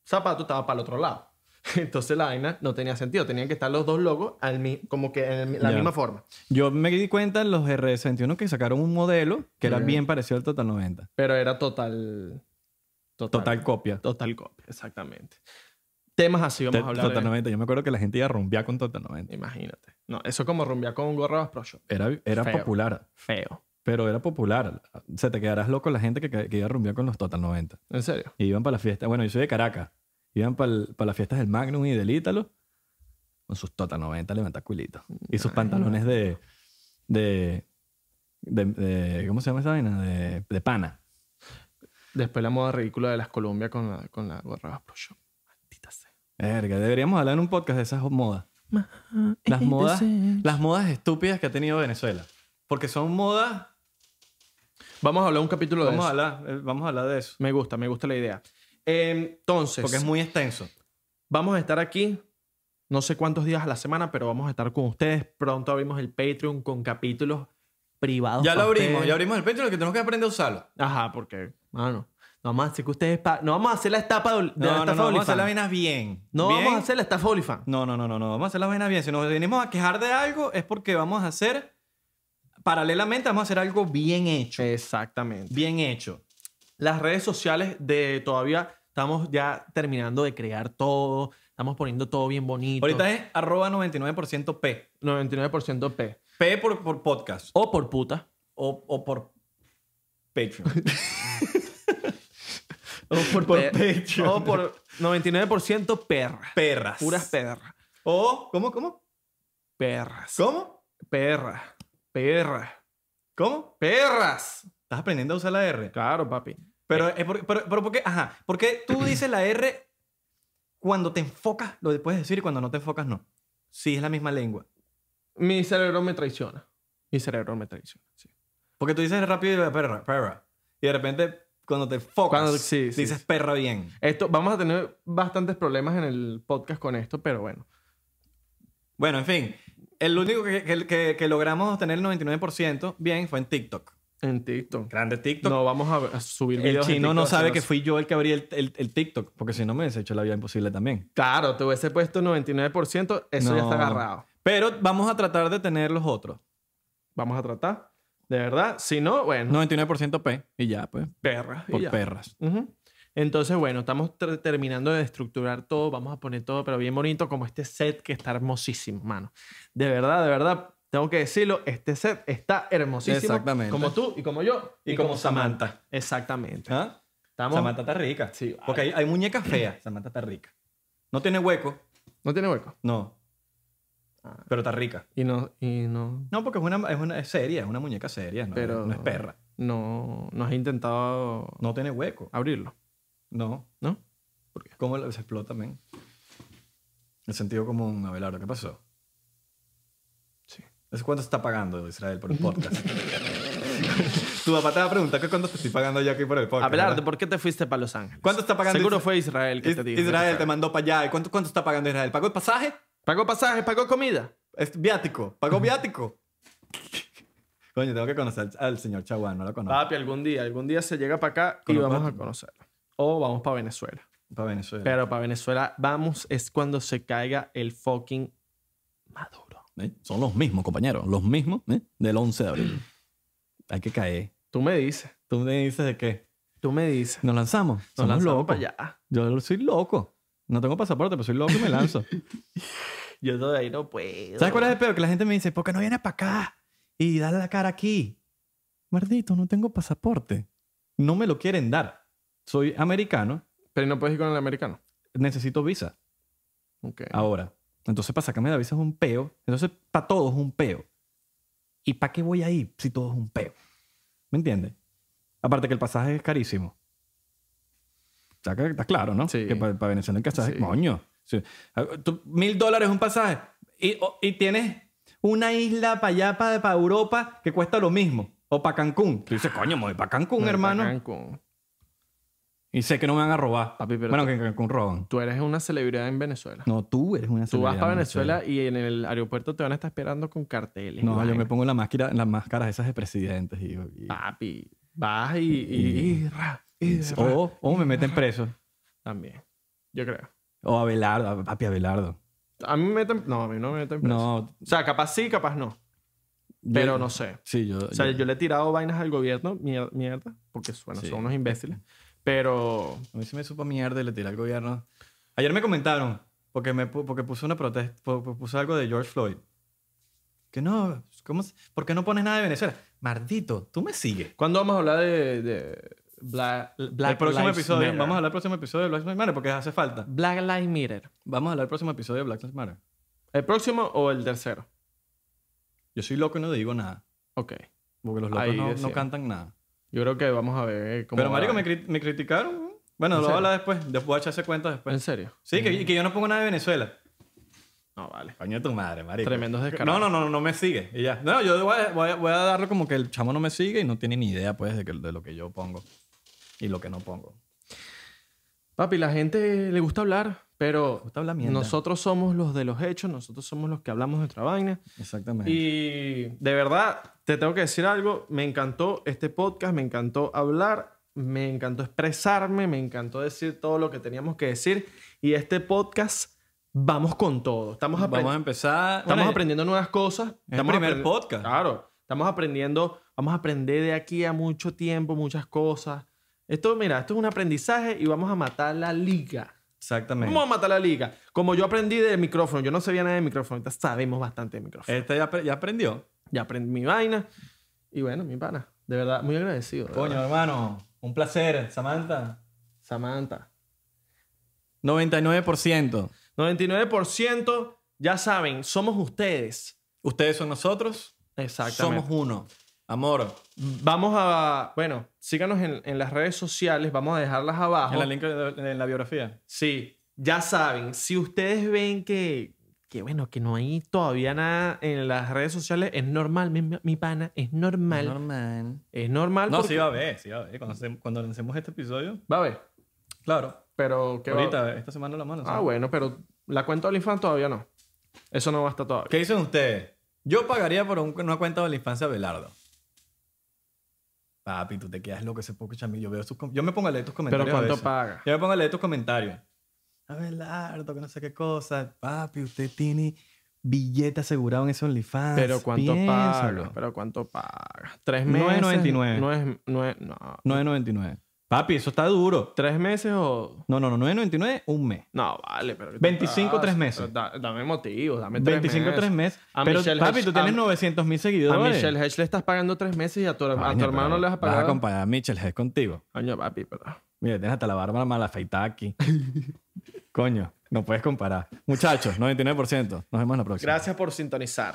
Speaker 2: zapato estaba para el otro lado. Entonces la vaina no tenía sentido. Tenían que estar los dos logos al mi- como que en el- la
Speaker 3: Ya.
Speaker 2: misma forma.
Speaker 3: Yo me di cuenta en los RS21 que sacaron un modelo que era
Speaker 2: Ok.
Speaker 3: bien parecido al Total 90.
Speaker 2: Pero era total... Total,
Speaker 3: Total copia.
Speaker 2: total copia, exactamente. Temas así vamos a
Speaker 3: Te-
Speaker 2: hablar.
Speaker 3: Total
Speaker 2: de-
Speaker 3: 90. Yo me acuerdo que la gente iba a rumbear con Total 90.
Speaker 2: Imagínate. No, eso es como rumbear con un gorro de Pro Shop.
Speaker 3: Era, era
Speaker 2: Feo.
Speaker 3: popular.
Speaker 2: Feo.
Speaker 3: Pero era popular. Se te quedarás loco la gente que, que iba a rumbear con los Total 90.
Speaker 2: En serio.
Speaker 3: Y iban para la fiesta. Bueno, yo soy de Caracas. Iban para las fiestas del Magnum y del Ítalo con sus Total 90 levanta culitos. Y sus pantalones de, de, de, de- ¿Cómo se llama esa vaina? De, de pana.
Speaker 2: Después la moda ridícula de las Colombia con la, con la gorra de Pro Shop. Maldita sea.
Speaker 3: Verga, deberíamos hablar en un podcast de esas modas. Las modas, las modas estúpidas que ha tenido Venezuela. Porque son modas.
Speaker 2: Vamos a hablar un capítulo de
Speaker 3: Vamos a
Speaker 2: eso.
Speaker 3: hablar, eh, vamos a hablar de eso.
Speaker 2: Me gusta, me gusta la idea. Entonces,
Speaker 3: Porque es muy extenso.
Speaker 2: vamos a estar aquí no sé cuántos días a la semana, pero vamos a estar con ustedes. Pronto abrimos el Patreon con capítulos privados.
Speaker 3: Ya lo
Speaker 2: para
Speaker 3: abrimos,
Speaker 2: ustedes.
Speaker 3: ya abrimos el pecho, lo que tenemos que aprender a usarlo.
Speaker 2: Ajá, porque, mano, no vamos a hacer que ustedes... pa- No vamos a hacer la estafa de, de
Speaker 3: No,
Speaker 2: la
Speaker 3: no,
Speaker 2: estafa
Speaker 3: no, vamos a
Speaker 2: OnlyFans.
Speaker 3: hacer las vainas bien.
Speaker 2: No
Speaker 3: Bien.
Speaker 2: vamos a hacer la estafa OnlyFans.
Speaker 3: No, no, no, no, no. Vamos a hacer las vainas bien. Si nos venimos a quejar de algo, es porque vamos a hacer. Paralelamente, vamos a hacer algo bien hecho.
Speaker 2: Exactamente.
Speaker 3: Bien hecho.
Speaker 2: las redes sociales de todavía estamos ya terminando de crear todo. Estamos poniendo todo bien bonito.
Speaker 3: Ahorita es arroba 99% P.
Speaker 2: 99% P.
Speaker 3: P por, por podcast
Speaker 2: O por puta.
Speaker 3: o, o por Patreon.
Speaker 2: O por,
Speaker 3: Por
Speaker 2: per-
Speaker 3: Patreon.
Speaker 2: O por 99% perra.
Speaker 3: Perras.
Speaker 2: Puras perras.
Speaker 3: O, ¿cómo, cómo?
Speaker 2: Perras.
Speaker 3: ¿Cómo?
Speaker 2: Perra. Perra.
Speaker 3: ¿Cómo?
Speaker 2: Perras.
Speaker 3: Estás aprendiendo a usar la R.
Speaker 2: Claro, papi.
Speaker 3: Pero, es por, pero, pero ¿por qué? Ajá. ¿Por qué tú dices la R cuando te enfocas? Lo puedes decir y cuando no te enfocas, no. Sí, es la misma lengua.
Speaker 2: Mi cerebro me traiciona. Mi cerebro me traiciona. sí.
Speaker 3: Porque tú dices rápido perra, perra. Y de repente, cuando te enfocas,
Speaker 2: Cuando- sí, sí,
Speaker 3: dices
Speaker 2: sí.
Speaker 3: perra bien.
Speaker 2: Esto, vamos a tener bastantes problemas en el podcast con esto, pero bueno.
Speaker 3: Bueno, en fin. El único que, que- que- que logramos obtener el 99% bien fue en TikTok.
Speaker 2: En TikTok.
Speaker 3: Grande TikTok.
Speaker 2: No vamos a, ver- a subir
Speaker 3: el
Speaker 2: videos. en
Speaker 3: chino
Speaker 2: TikTok,
Speaker 3: no
Speaker 2: así
Speaker 3: sabe
Speaker 2: no
Speaker 3: que
Speaker 2: sé.
Speaker 3: fui yo el que abrí el, el- el TikTok. Porque si no, me hubiese hecho la vida imposible también.
Speaker 2: Claro, te hubiese puesto 99%, eso ya
Speaker 3: No.
Speaker 2: está agarrado.
Speaker 3: Pero vamos a tratar de tener los otros.
Speaker 2: Vamos a tratar. De verdad. Si no, bueno,
Speaker 3: 99% P. Y ya, pues.
Speaker 2: perra. y
Speaker 3: Por
Speaker 2: ya.
Speaker 3: perras.
Speaker 2: Ujú. Entonces, bueno, estamos ter- terminando de estructurar todo. Vamos a poner todo, pero bien bonito, como este set que está hermosísimo, mano. De verdad, de verdad, tengo que decirlo, este set está hermosísimo.
Speaker 4: Exactamente.
Speaker 2: Como tú y como yo
Speaker 3: Y, como, Samantha.
Speaker 2: Exactamente.
Speaker 3: ¿Ah?
Speaker 2: Estamos...
Speaker 3: Samantha está rica.
Speaker 2: Sí, vale.
Speaker 3: Porque hay, hay muñecas feas. Samantha está rica. No tiene hueco.
Speaker 2: No tiene hueco.
Speaker 3: No.
Speaker 2: Ah.
Speaker 3: Pero está rica.
Speaker 2: Y no, y no,
Speaker 3: No, porque es una, es una es seria, es una muñeca seria, no,
Speaker 2: Pero-
Speaker 3: no es perra.
Speaker 2: no, no has intentado
Speaker 3: No tiene hueco.
Speaker 2: abrirlo,
Speaker 3: No.
Speaker 2: ¿no?
Speaker 3: ¿Cómo lo- se explota también? El sentido común, Abelardo, ¿qué pasó?
Speaker 2: Sí.
Speaker 3: ¿Es cuánto está pagando Israel por el podcast? tu papá te va a preguntar que cuánto te estoy pagando yo aquí por el podcast.
Speaker 2: Abelardo,
Speaker 3: ¿verdad?
Speaker 2: ¿por qué te fuiste para Los Ángeles?
Speaker 3: ¿Cuánto está pagando
Speaker 2: Seguro
Speaker 3: Isra-
Speaker 2: fue Israel que te
Speaker 3: Is-
Speaker 2: dijo.
Speaker 3: Israel te mandó para allá. ¿Y cuánto, cuánto está pagando Israel? ¿Pagó el pasaje?
Speaker 2: ¿Pagó pasaje? ¿Pagó comida?
Speaker 3: Es viático. Pagó viático. Coño, tengo que conocer al, al señor Chaguán, no lo conozco.
Speaker 2: Papi, algún día, algún día se llega para acá y
Speaker 3: Conozco a
Speaker 2: vamos a
Speaker 3: tu-
Speaker 2: conocerlo. O vamos para Venezuela.
Speaker 3: Para Venezuela.
Speaker 2: Pero para Venezuela vamos es cuando se caiga el fucking Maduro.
Speaker 4: ¿eh? Son los mismos, compañeros. Los mismos ¿eh? del 11 de abril. Hay que caer.
Speaker 2: Tú me dices,
Speaker 3: ¿Tú me dices de qué?
Speaker 2: tú me dices.
Speaker 4: Nos lanzamos.
Speaker 2: Nos
Speaker 4: Somos
Speaker 2: lanzamos
Speaker 4: locos.
Speaker 2: para allá.
Speaker 4: Yo soy loco. No tengo pasaporte, pero soy loco y me lanzo.
Speaker 2: Yo todavía no puedo.
Speaker 3: ¿Sabes cuál es el peor? Que la gente me dice, ¿por qué no vienes para acá? Y dale la cara aquí. Mardito, no tengo pasaporte. No me lo quieren dar. Soy americano.
Speaker 2: Pero no puedes ir con el americano.
Speaker 3: Necesito visa
Speaker 2: Ok.
Speaker 3: ahora. Entonces, para sacarme la visa es un peo. Entonces, para todos es un peo. ¿Y para qué voy ahí si todo es un peo? ¿Me entiendes? Aparte que el pasaje es carísimo.
Speaker 4: Está, ca- está claro, ¿no?
Speaker 2: Sí.
Speaker 4: Que para Venezuela el pasaje,
Speaker 2: Sí.
Speaker 4: coño. Sí.
Speaker 3: Ah, tú- Mil dólares un pasaje. Y, o- y tienes una isla para allá, para Europa, que cuesta lo mismo. O para Cancún. Tú dices, coño, me voy para Cancún,
Speaker 2: Ven
Speaker 3: hermano.
Speaker 2: pa' Cancún.
Speaker 4: Y sé que no me van a robar.
Speaker 2: Papi, pero
Speaker 4: bueno,
Speaker 2: tú-
Speaker 4: que en Cancún roban.
Speaker 2: Tú eres una celebridad en Venezuela.
Speaker 4: No, tú eres una
Speaker 2: Tú vas
Speaker 4: celebridad
Speaker 2: para
Speaker 4: en
Speaker 2: Venezuela y en el aeropuerto te van a estar esperando con carteles.
Speaker 4: No,
Speaker 2: y
Speaker 4: yo me
Speaker 2: vaina. Ah.
Speaker 4: pongo la máscara, las máscaras esas de presidentes. Y, y-
Speaker 2: Papi, vas y... y- y- ra- y- ra-
Speaker 3: Oh.
Speaker 4: o, o me meten preso.
Speaker 2: También, yo creo.
Speaker 4: O Abelardo, a- papi Abelardo.
Speaker 2: A mí me meten... No, a mí no me meten preso.
Speaker 4: No,
Speaker 2: O sea, capaz sí, capaz no.
Speaker 4: yo-
Speaker 2: Pero no sé.
Speaker 4: Sí, yo.
Speaker 2: O sea,
Speaker 4: yo-
Speaker 2: yo le he tirado vainas al gobierno, mier- mierda, porque bueno, son unos imbéciles. Pero
Speaker 3: A mí sí me supo mierda y le tiré al gobierno. Ayer me comentaron, porque, me, pu- porque puse una protesta, pu- pu- puse algo de George Floyd. Que no, ¿cómo, se- ¿por qué no pones nada de Venezuela? Mardito, tú me sigues.
Speaker 2: ¿cuándo vamos a hablar de, de Bla- Black
Speaker 3: el próximo
Speaker 2: Lives
Speaker 3: episodio,
Speaker 2: Matter?
Speaker 3: vamos a hablar del próximo episodio de Black Lives Matter porque hace falta.
Speaker 2: Black Lives Matter.
Speaker 3: Vamos a hablar del próximo episodio de Black Lives Matter.
Speaker 2: ¿El próximo o el tercero?
Speaker 3: Yo soy loco y no digo nada.
Speaker 2: Ok.
Speaker 4: porque los
Speaker 2: Ahí
Speaker 4: locos no,
Speaker 2: decía.
Speaker 4: no cantan nada.
Speaker 2: Yo creo que vamos a ver cómo
Speaker 3: Pero marico,
Speaker 2: va.
Speaker 3: me, cri- me criticaron. Bueno,
Speaker 2: ¿En
Speaker 3: lo voy a
Speaker 2: serio?
Speaker 3: hablar después. Después voy a echarse cuenta
Speaker 2: ¿En
Speaker 3: después.
Speaker 2: serio?
Speaker 3: Sí, que, que yo no pongo nada de Venezuela.
Speaker 2: No, vale.
Speaker 3: Coño tu madre, marico.
Speaker 2: Tremendos
Speaker 3: No,
Speaker 2: descarados.
Speaker 3: no, no, no me sigue. Y ya. No, yo voy a, voy a- voy a darle como que el chamo no me sigue y no tiene ni idea, pues, de, que- de lo que yo pongo y lo que no pongo.
Speaker 2: Papi, la gente le gusta hablar, pero
Speaker 3: gusta hablar mierda.
Speaker 2: nosotros somos los de los hechos, nosotros somos los que hablamos de nuestra vaina.
Speaker 4: Exactamente.
Speaker 2: Y de verdad, te tengo que decir algo. Me encantó este podcast, me encantó hablar, me encantó expresarme, me encantó decir todo lo que teníamos que decir. Y este podcast, vamos con todo. Estamos, apre-
Speaker 3: Vamos a empezar.
Speaker 2: estamos
Speaker 3: bueno,
Speaker 2: aprendiendo nuevas cosas.
Speaker 3: el
Speaker 2: estamos
Speaker 3: primer
Speaker 2: aprend-
Speaker 3: podcast.
Speaker 2: Claro, estamos aprendiendo, vamos a aprender de aquí a mucho tiempo muchas cosas. Esto, mira, esto es un aprendizaje y vamos a matar la liga.
Speaker 3: Exactamente.
Speaker 2: Vamos a matar la liga. Como yo aprendí de micrófono, yo no sabía nada de micrófono, ahorita sabemos bastante de micrófono.
Speaker 3: Este ya, apre- ya aprendió.
Speaker 2: Ya aprendí mi vaina. Y bueno, mi pana. De verdad, muy agradecido. de
Speaker 3: Coño,
Speaker 2: verdad.
Speaker 3: hermano. Un placer, Samantha.
Speaker 2: Samantha.
Speaker 4: 99%.
Speaker 2: 99%, ya saben, somos ustedes.
Speaker 3: Ustedes son nosotros.
Speaker 2: Exactamente.
Speaker 3: Somos uno. Amor.
Speaker 2: Vamos a. Bueno, síganos en, en las redes sociales, vamos a dejarlas abajo.
Speaker 3: En la, link de- en la biografía.
Speaker 2: Sí, ya saben, si ustedes ven que, que bueno, que no hay todavía nada en las redes sociales, es normal, mi, mi pana, es normal.
Speaker 4: Normal.
Speaker 2: es normal.
Speaker 3: No,
Speaker 2: porque-
Speaker 3: sí va a ver, sí va a ver. Cuando, se- cuando lancemos este episodio,
Speaker 2: Va a ver,
Speaker 3: claro.
Speaker 2: pero que va-
Speaker 3: Ahorita, esta semana la mano.
Speaker 2: Ah, bueno, pero la cuenta de OnlyFans todavía no. Eso no va a estar todavía.
Speaker 3: ¿Qué dicen ustedes? Yo pagaría por un- una cuenta de la infancia de Belardo. Papi, tú te quedas loco ese poco chamillo. Yo, veo sus com- yo me pongo a leer tus comentarios.
Speaker 2: Pero ¿cuánto
Speaker 3: a veces.
Speaker 2: paga?
Speaker 3: Yo me pongo a leer tus comentarios. Abelardo, que no sé qué cosa. Papi, usted tiene billete asegurado en ese OnlyFans.
Speaker 2: Pero ¿cuánto
Speaker 3: Piénsalo.
Speaker 2: paga? Pero ¿cuánto paga? Tres meses.
Speaker 3: 9.99.
Speaker 2: No es, no es, no.
Speaker 3: 9.99. Papi, eso está duro.
Speaker 2: ¿Tres meses o...?
Speaker 3: No, no, no. 9.99, un mes.
Speaker 2: No, vale, pero... ¿qué te
Speaker 3: 25
Speaker 2: pasa?
Speaker 3: tres meses.
Speaker 2: Pero da- dame motivos, dame tres
Speaker 3: 25,
Speaker 2: meses.
Speaker 3: 3 meses.
Speaker 2: A
Speaker 3: Pero,
Speaker 2: Michelle
Speaker 3: papi,
Speaker 2: Hedges-
Speaker 3: tú tienes
Speaker 2: a-
Speaker 3: 900 mil
Speaker 2: A
Speaker 3: seguidores.
Speaker 2: Michelle Hedge le estás pagando tres meses y a tu, a tu
Speaker 4: Coño,
Speaker 2: hermano
Speaker 4: pero
Speaker 2: le vas
Speaker 4: Vas
Speaker 2: a
Speaker 4: a
Speaker 2: pagar...
Speaker 4: acompañar a Mitchell Hedges contigo.
Speaker 2: Coño, papi, pero...
Speaker 4: Mira, tienes hasta la barba mal afeitada aquí. Coño, no puedes comparar. Muchachos, 99%. Nos vemos la próxima.
Speaker 2: Gracias por sintonizar.